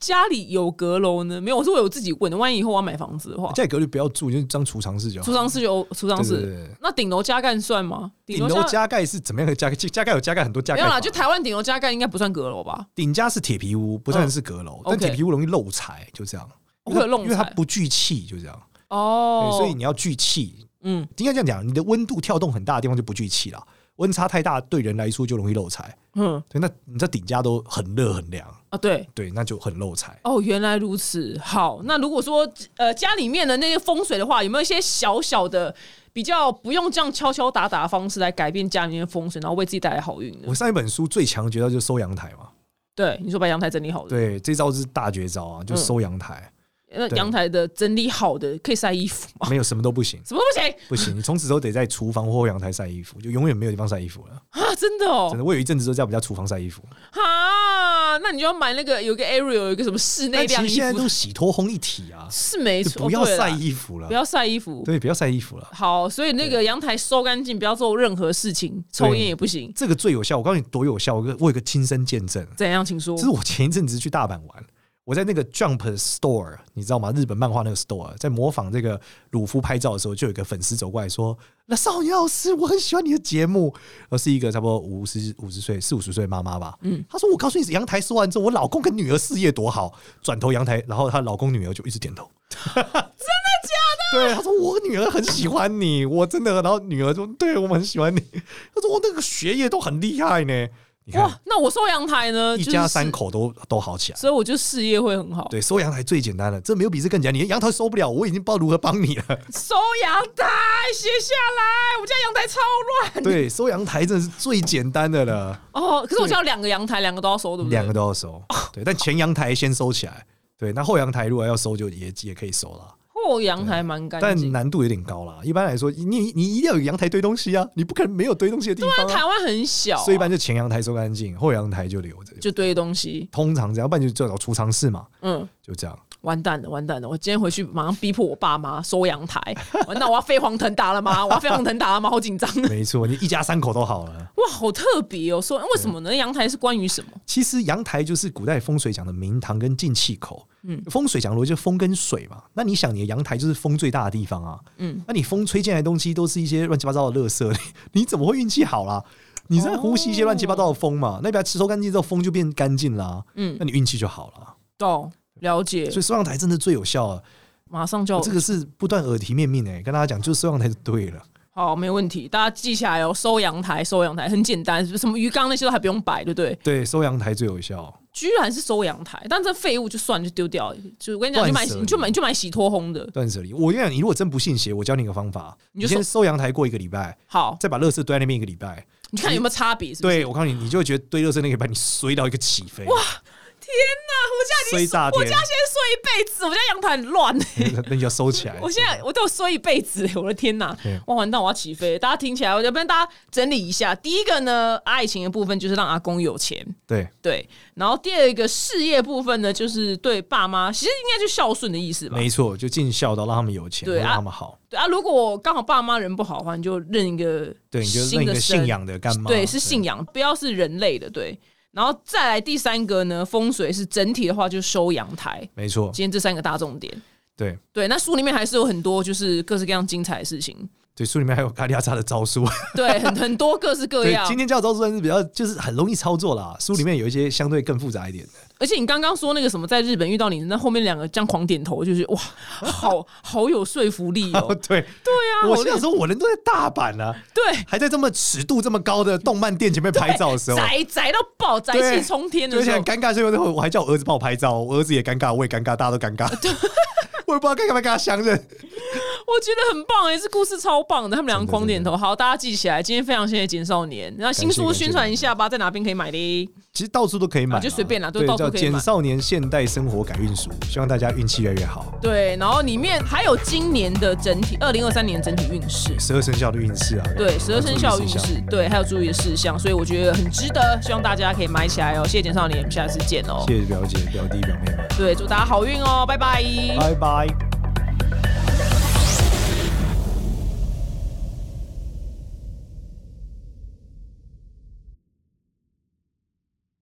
[SPEAKER 1] 家里有阁楼呢？没有，我是我有自己问的。万一以后我要买房子的话，
[SPEAKER 2] 家里隔壁不要住，就是当储藏室就好
[SPEAKER 1] 储。藏室有储藏
[SPEAKER 2] 对对
[SPEAKER 1] 室
[SPEAKER 2] 对对，
[SPEAKER 1] 那顶楼加盖算吗？
[SPEAKER 2] 顶
[SPEAKER 1] 加
[SPEAKER 2] 楼加盖是怎么样的加盖？加盖有加盖很多加
[SPEAKER 1] 没
[SPEAKER 2] 盖
[SPEAKER 1] 有
[SPEAKER 2] 法。
[SPEAKER 1] 啦，就台湾顶楼加盖应该不算阁楼吧？
[SPEAKER 2] 顶加是铁皮屋，不算是阁楼，但
[SPEAKER 1] 哦 OK
[SPEAKER 2] 铁皮屋容易漏财，就这样。
[SPEAKER 1] 会有
[SPEAKER 2] 因为它
[SPEAKER 1] 漏
[SPEAKER 2] 因为它
[SPEAKER 1] 财
[SPEAKER 2] 不聚气，就这样。对
[SPEAKER 1] 哦，
[SPEAKER 2] 所以你要聚气，
[SPEAKER 1] 嗯，
[SPEAKER 2] 应该这样讲，你的温度跳动很大的地方就不聚气了，温差太大对人来说就容易漏财。
[SPEAKER 1] 嗯
[SPEAKER 2] 对，那你在顶家都很热很凉，
[SPEAKER 1] 啊，对。
[SPEAKER 2] 对，那就很漏财。
[SPEAKER 1] 哦，原来如此。好，那如果说呃家里面的那些风水的话，有没有一些小小的比较不用这样敲敲打打的方式来改变家里面的风水，然后为自己带来好运呢
[SPEAKER 2] 我？上一本书最强的绝招就是收阳台嘛，
[SPEAKER 1] 对，你说把阳台整理好的，
[SPEAKER 2] 对，这招是大绝招
[SPEAKER 1] 嗯
[SPEAKER 2] 啊，就收阳台，
[SPEAKER 1] 那
[SPEAKER 2] 对
[SPEAKER 1] 阳台的整理好的可以晒衣服吗？
[SPEAKER 2] 没有什么都不行，
[SPEAKER 1] 什么都不行
[SPEAKER 2] 不行，你从此都得在厨房或阳台晒衣服，就永远没有地方晒衣服了。
[SPEAKER 1] 啊！真的
[SPEAKER 2] 真
[SPEAKER 1] 哦，
[SPEAKER 2] 的，我有一阵子都在我们家厨房晒衣服，
[SPEAKER 1] 啊，那你就要买那个有一个 Ariel 有一个什么室内
[SPEAKER 2] 但其
[SPEAKER 1] 晾
[SPEAKER 2] 实
[SPEAKER 1] 衣
[SPEAKER 2] 现在
[SPEAKER 1] 服
[SPEAKER 2] 都，洗脱烘一体啊，
[SPEAKER 1] 是没
[SPEAKER 2] 就
[SPEAKER 1] 错，
[SPEAKER 2] 不要
[SPEAKER 1] 哦对啦
[SPEAKER 2] 晒衣服了
[SPEAKER 1] 不，要晒衣服。
[SPEAKER 2] 对，不要晒衣服了。
[SPEAKER 1] 好，所以那个阳台收干净，不要做任何事情，抽烟也不行。
[SPEAKER 2] 这个最有效，我告诉你多有效，我有个我有个亲身见证，
[SPEAKER 1] 怎样？请说
[SPEAKER 2] 这。是我前一阵子去大阪玩，我在那个 Jump Store，你知道吗？日本漫画那个 store，在模仿这个鲁夫拍照的时候，就有一个粉丝走过来说：“那少年老师，我很喜欢你的节目。”然后是一个差不多五十五十岁、四五十岁的妈妈吧，嗯，她说：“我告诉你，阳台说完之后，我老公跟女儿事业多好。”转头阳台，然后她老公女儿就一直点 头。真的假的？对，她说我女儿很喜欢你，我真的。然后女儿说：“对我们很喜欢你。”她说：“我哦那个学业都很厉害呢。”你看，
[SPEAKER 1] 哇，那我收阳台呢？
[SPEAKER 2] 嗯一
[SPEAKER 1] 就是
[SPEAKER 2] 家三，口都都好起来。
[SPEAKER 1] 所以我就事业会很好。
[SPEAKER 2] 对，收阳台最简单了，这没有比这更简单。你连阳台收不了，我已经不知道如何 帮你了。
[SPEAKER 1] 收阳台，写下来，我家阳台超乱。
[SPEAKER 2] 对，收阳台真的是最简单的了，
[SPEAKER 1] 哦，可是我家有两个阳台，两个都要收，对不对？
[SPEAKER 2] 两个都要收。对，但前阳台先收起来。对，那后阳台如果要收，就也也可以收了，
[SPEAKER 1] 后哦阳台蛮干
[SPEAKER 2] 但
[SPEAKER 1] 净。
[SPEAKER 2] 难度有点高啦。一般来说，你你一定要有阳台堆东西啊，你不可能没有堆东西的地
[SPEAKER 1] 但
[SPEAKER 2] 方、啊。
[SPEAKER 1] 台湾很小啊，
[SPEAKER 2] 所以一般就前阳台收干净，后阳台就留着。
[SPEAKER 1] 就堆东西。
[SPEAKER 2] 通常这样，要不然就最好储藏室嘛，
[SPEAKER 1] 嗯，
[SPEAKER 2] 就这样。
[SPEAKER 1] 完蛋了，完蛋了！我今天回去马上逼迫我爸妈收阳台。 完蛋，我要飞黄腾达了吗？我要飞黄腾达了吗？好紧 张！
[SPEAKER 2] 没错，你一家三口都好了。
[SPEAKER 1] 哇，好特别哦。说为什么呢？阳台是关于什么？
[SPEAKER 2] 其实阳台就是古代风水讲的明堂跟进气口。嗯，风水讲的逻辑就是风跟水嘛。那你想，你的阳台就是风最大的地方啊。
[SPEAKER 1] 嗯
[SPEAKER 2] 嗯，那你风吹进来的东西都是一些乱七八糟的垃圾， 你你怎么会运气好啦？你在呼吸一些乱七八糟的风嘛，那边吸收干净之后，风就变干净啦。
[SPEAKER 1] 嗯
[SPEAKER 2] 嗯，那你运气就好了。
[SPEAKER 1] 懂，了解
[SPEAKER 2] 所。以收阳台真的最有效了，
[SPEAKER 1] 马上就
[SPEAKER 2] 这个是不断耳提面命哎、跟大家讲，就是收阳台就对了。
[SPEAKER 1] 好，没问题，大家记起来哦。收阳台，收阳台很简单，什么鱼缸那些都还不用摆，对不对？
[SPEAKER 2] 对，收阳台最有效。
[SPEAKER 1] 居然是收阳台，但这废物就算了就丢掉，就我跟你讲，
[SPEAKER 2] 断
[SPEAKER 1] 你买
[SPEAKER 2] 舍离
[SPEAKER 1] 你就买你就买洗脱烘的，
[SPEAKER 2] 断舍离，我跟你讲，你如果真不信邪，我教你一个方法，
[SPEAKER 1] 你
[SPEAKER 2] 你
[SPEAKER 1] 就
[SPEAKER 2] 先
[SPEAKER 1] 收
[SPEAKER 2] 收阳台过一个礼拜，
[SPEAKER 1] 好，
[SPEAKER 2] 再把垃圾堆在那边一个礼拜。
[SPEAKER 1] 你看有没有差别？是不是？
[SPEAKER 2] 对，我告诉你，你就会觉得堆热身那个把你衰到一个起飞，哇，
[SPEAKER 1] 天哪，我家已
[SPEAKER 2] 衰
[SPEAKER 1] 经
[SPEAKER 2] 炸
[SPEAKER 1] 我
[SPEAKER 2] 天
[SPEAKER 1] 家，现在睡一辈子，我家阳台很乱、
[SPEAKER 2] 那那你就要收起来。
[SPEAKER 1] 我现在我都有睡一辈子，我的天哪
[SPEAKER 2] 对！
[SPEAKER 1] 哇，完蛋，我要起飞！大家听起来，我要帮大家整理一下。第一个呢，爱情的部分就是让阿公有钱，
[SPEAKER 2] 对
[SPEAKER 1] 对。然后第二个事业部分呢，就是对爸妈，其实应该就孝顺的意思吧。
[SPEAKER 2] 没错，就尽孝道，让他们有钱，
[SPEAKER 1] 对啊
[SPEAKER 2] 让他们好。
[SPEAKER 1] 对啊，如果刚好爸妈人不好的话，你就认一个
[SPEAKER 2] 对，你就认
[SPEAKER 1] 新
[SPEAKER 2] 一
[SPEAKER 1] 的
[SPEAKER 2] 个
[SPEAKER 1] 神
[SPEAKER 2] 信，仰的干妈，
[SPEAKER 1] 对，是信仰，不要是人类的，对。然后再来第三个呢，风水是整体的话，就是收阳台。
[SPEAKER 2] 没错，
[SPEAKER 1] 今天这三个大重点，
[SPEAKER 2] 对
[SPEAKER 1] 对。那书里面还是有很多就是各式各样精彩的事情。
[SPEAKER 2] 对，书里面还有咖喱亚叉的招数，
[SPEAKER 1] 对，很很多各式各
[SPEAKER 2] 对，
[SPEAKER 1] 样
[SPEAKER 2] 今。天教的招数算是比较就是很容易操作啦。书里面有一些相对更复杂一点的，
[SPEAKER 1] 而且你刚刚说那个什么，在日本遇到你，那后面两个这样狂点头，就是 哇，好好有说服力哦。
[SPEAKER 2] 哦， 对，
[SPEAKER 1] 对啊，
[SPEAKER 2] 我
[SPEAKER 1] 好
[SPEAKER 2] 心想
[SPEAKER 1] 厉害
[SPEAKER 2] 说，我人都在大阪啊，
[SPEAKER 1] 对。
[SPEAKER 2] 还在这么尺度这么高的动漫店前面拍照 的时候，
[SPEAKER 1] 宅宅到爆，宅气冲天
[SPEAKER 2] 就
[SPEAKER 1] 的
[SPEAKER 2] 而且
[SPEAKER 1] 时候
[SPEAKER 2] 很，尴尬，最后最后我还叫我儿子帮我拍照，我儿子也尴尬，我也尴尬，大家 都尴尬， 我也不知道该不该跟他相认。
[SPEAKER 1] 我觉得很棒哎、这故事超棒的。他们两个
[SPEAKER 2] 真的
[SPEAKER 1] 狂点头，好，大家记起来。今天非常谢谢简少年，然后新书宣传一下吧，在哪边可以买的？
[SPEAKER 2] 其实到处都可以买啦、
[SPEAKER 1] 啊就随便啦都
[SPEAKER 2] 对，
[SPEAKER 1] 到处
[SPEAKER 2] 叫《
[SPEAKER 1] 可以买
[SPEAKER 2] 简少年现代生活改运术》，希望大家运气越来越好。
[SPEAKER 1] 对，然后里面还有今年的整体，二零二三年整体运势，
[SPEAKER 2] 十二生肖的运势啊，
[SPEAKER 1] 对，十二生肖运
[SPEAKER 2] 注意事
[SPEAKER 1] 势，对，还有注意的事项，所以我觉得很值得，希望大家可以买起来哦。谢谢简少年，我们下次见哦。
[SPEAKER 2] 谢谢表姐、表弟、表妹们，
[SPEAKER 1] 对，祝大家好运哦，拜拜
[SPEAKER 2] 拜拜。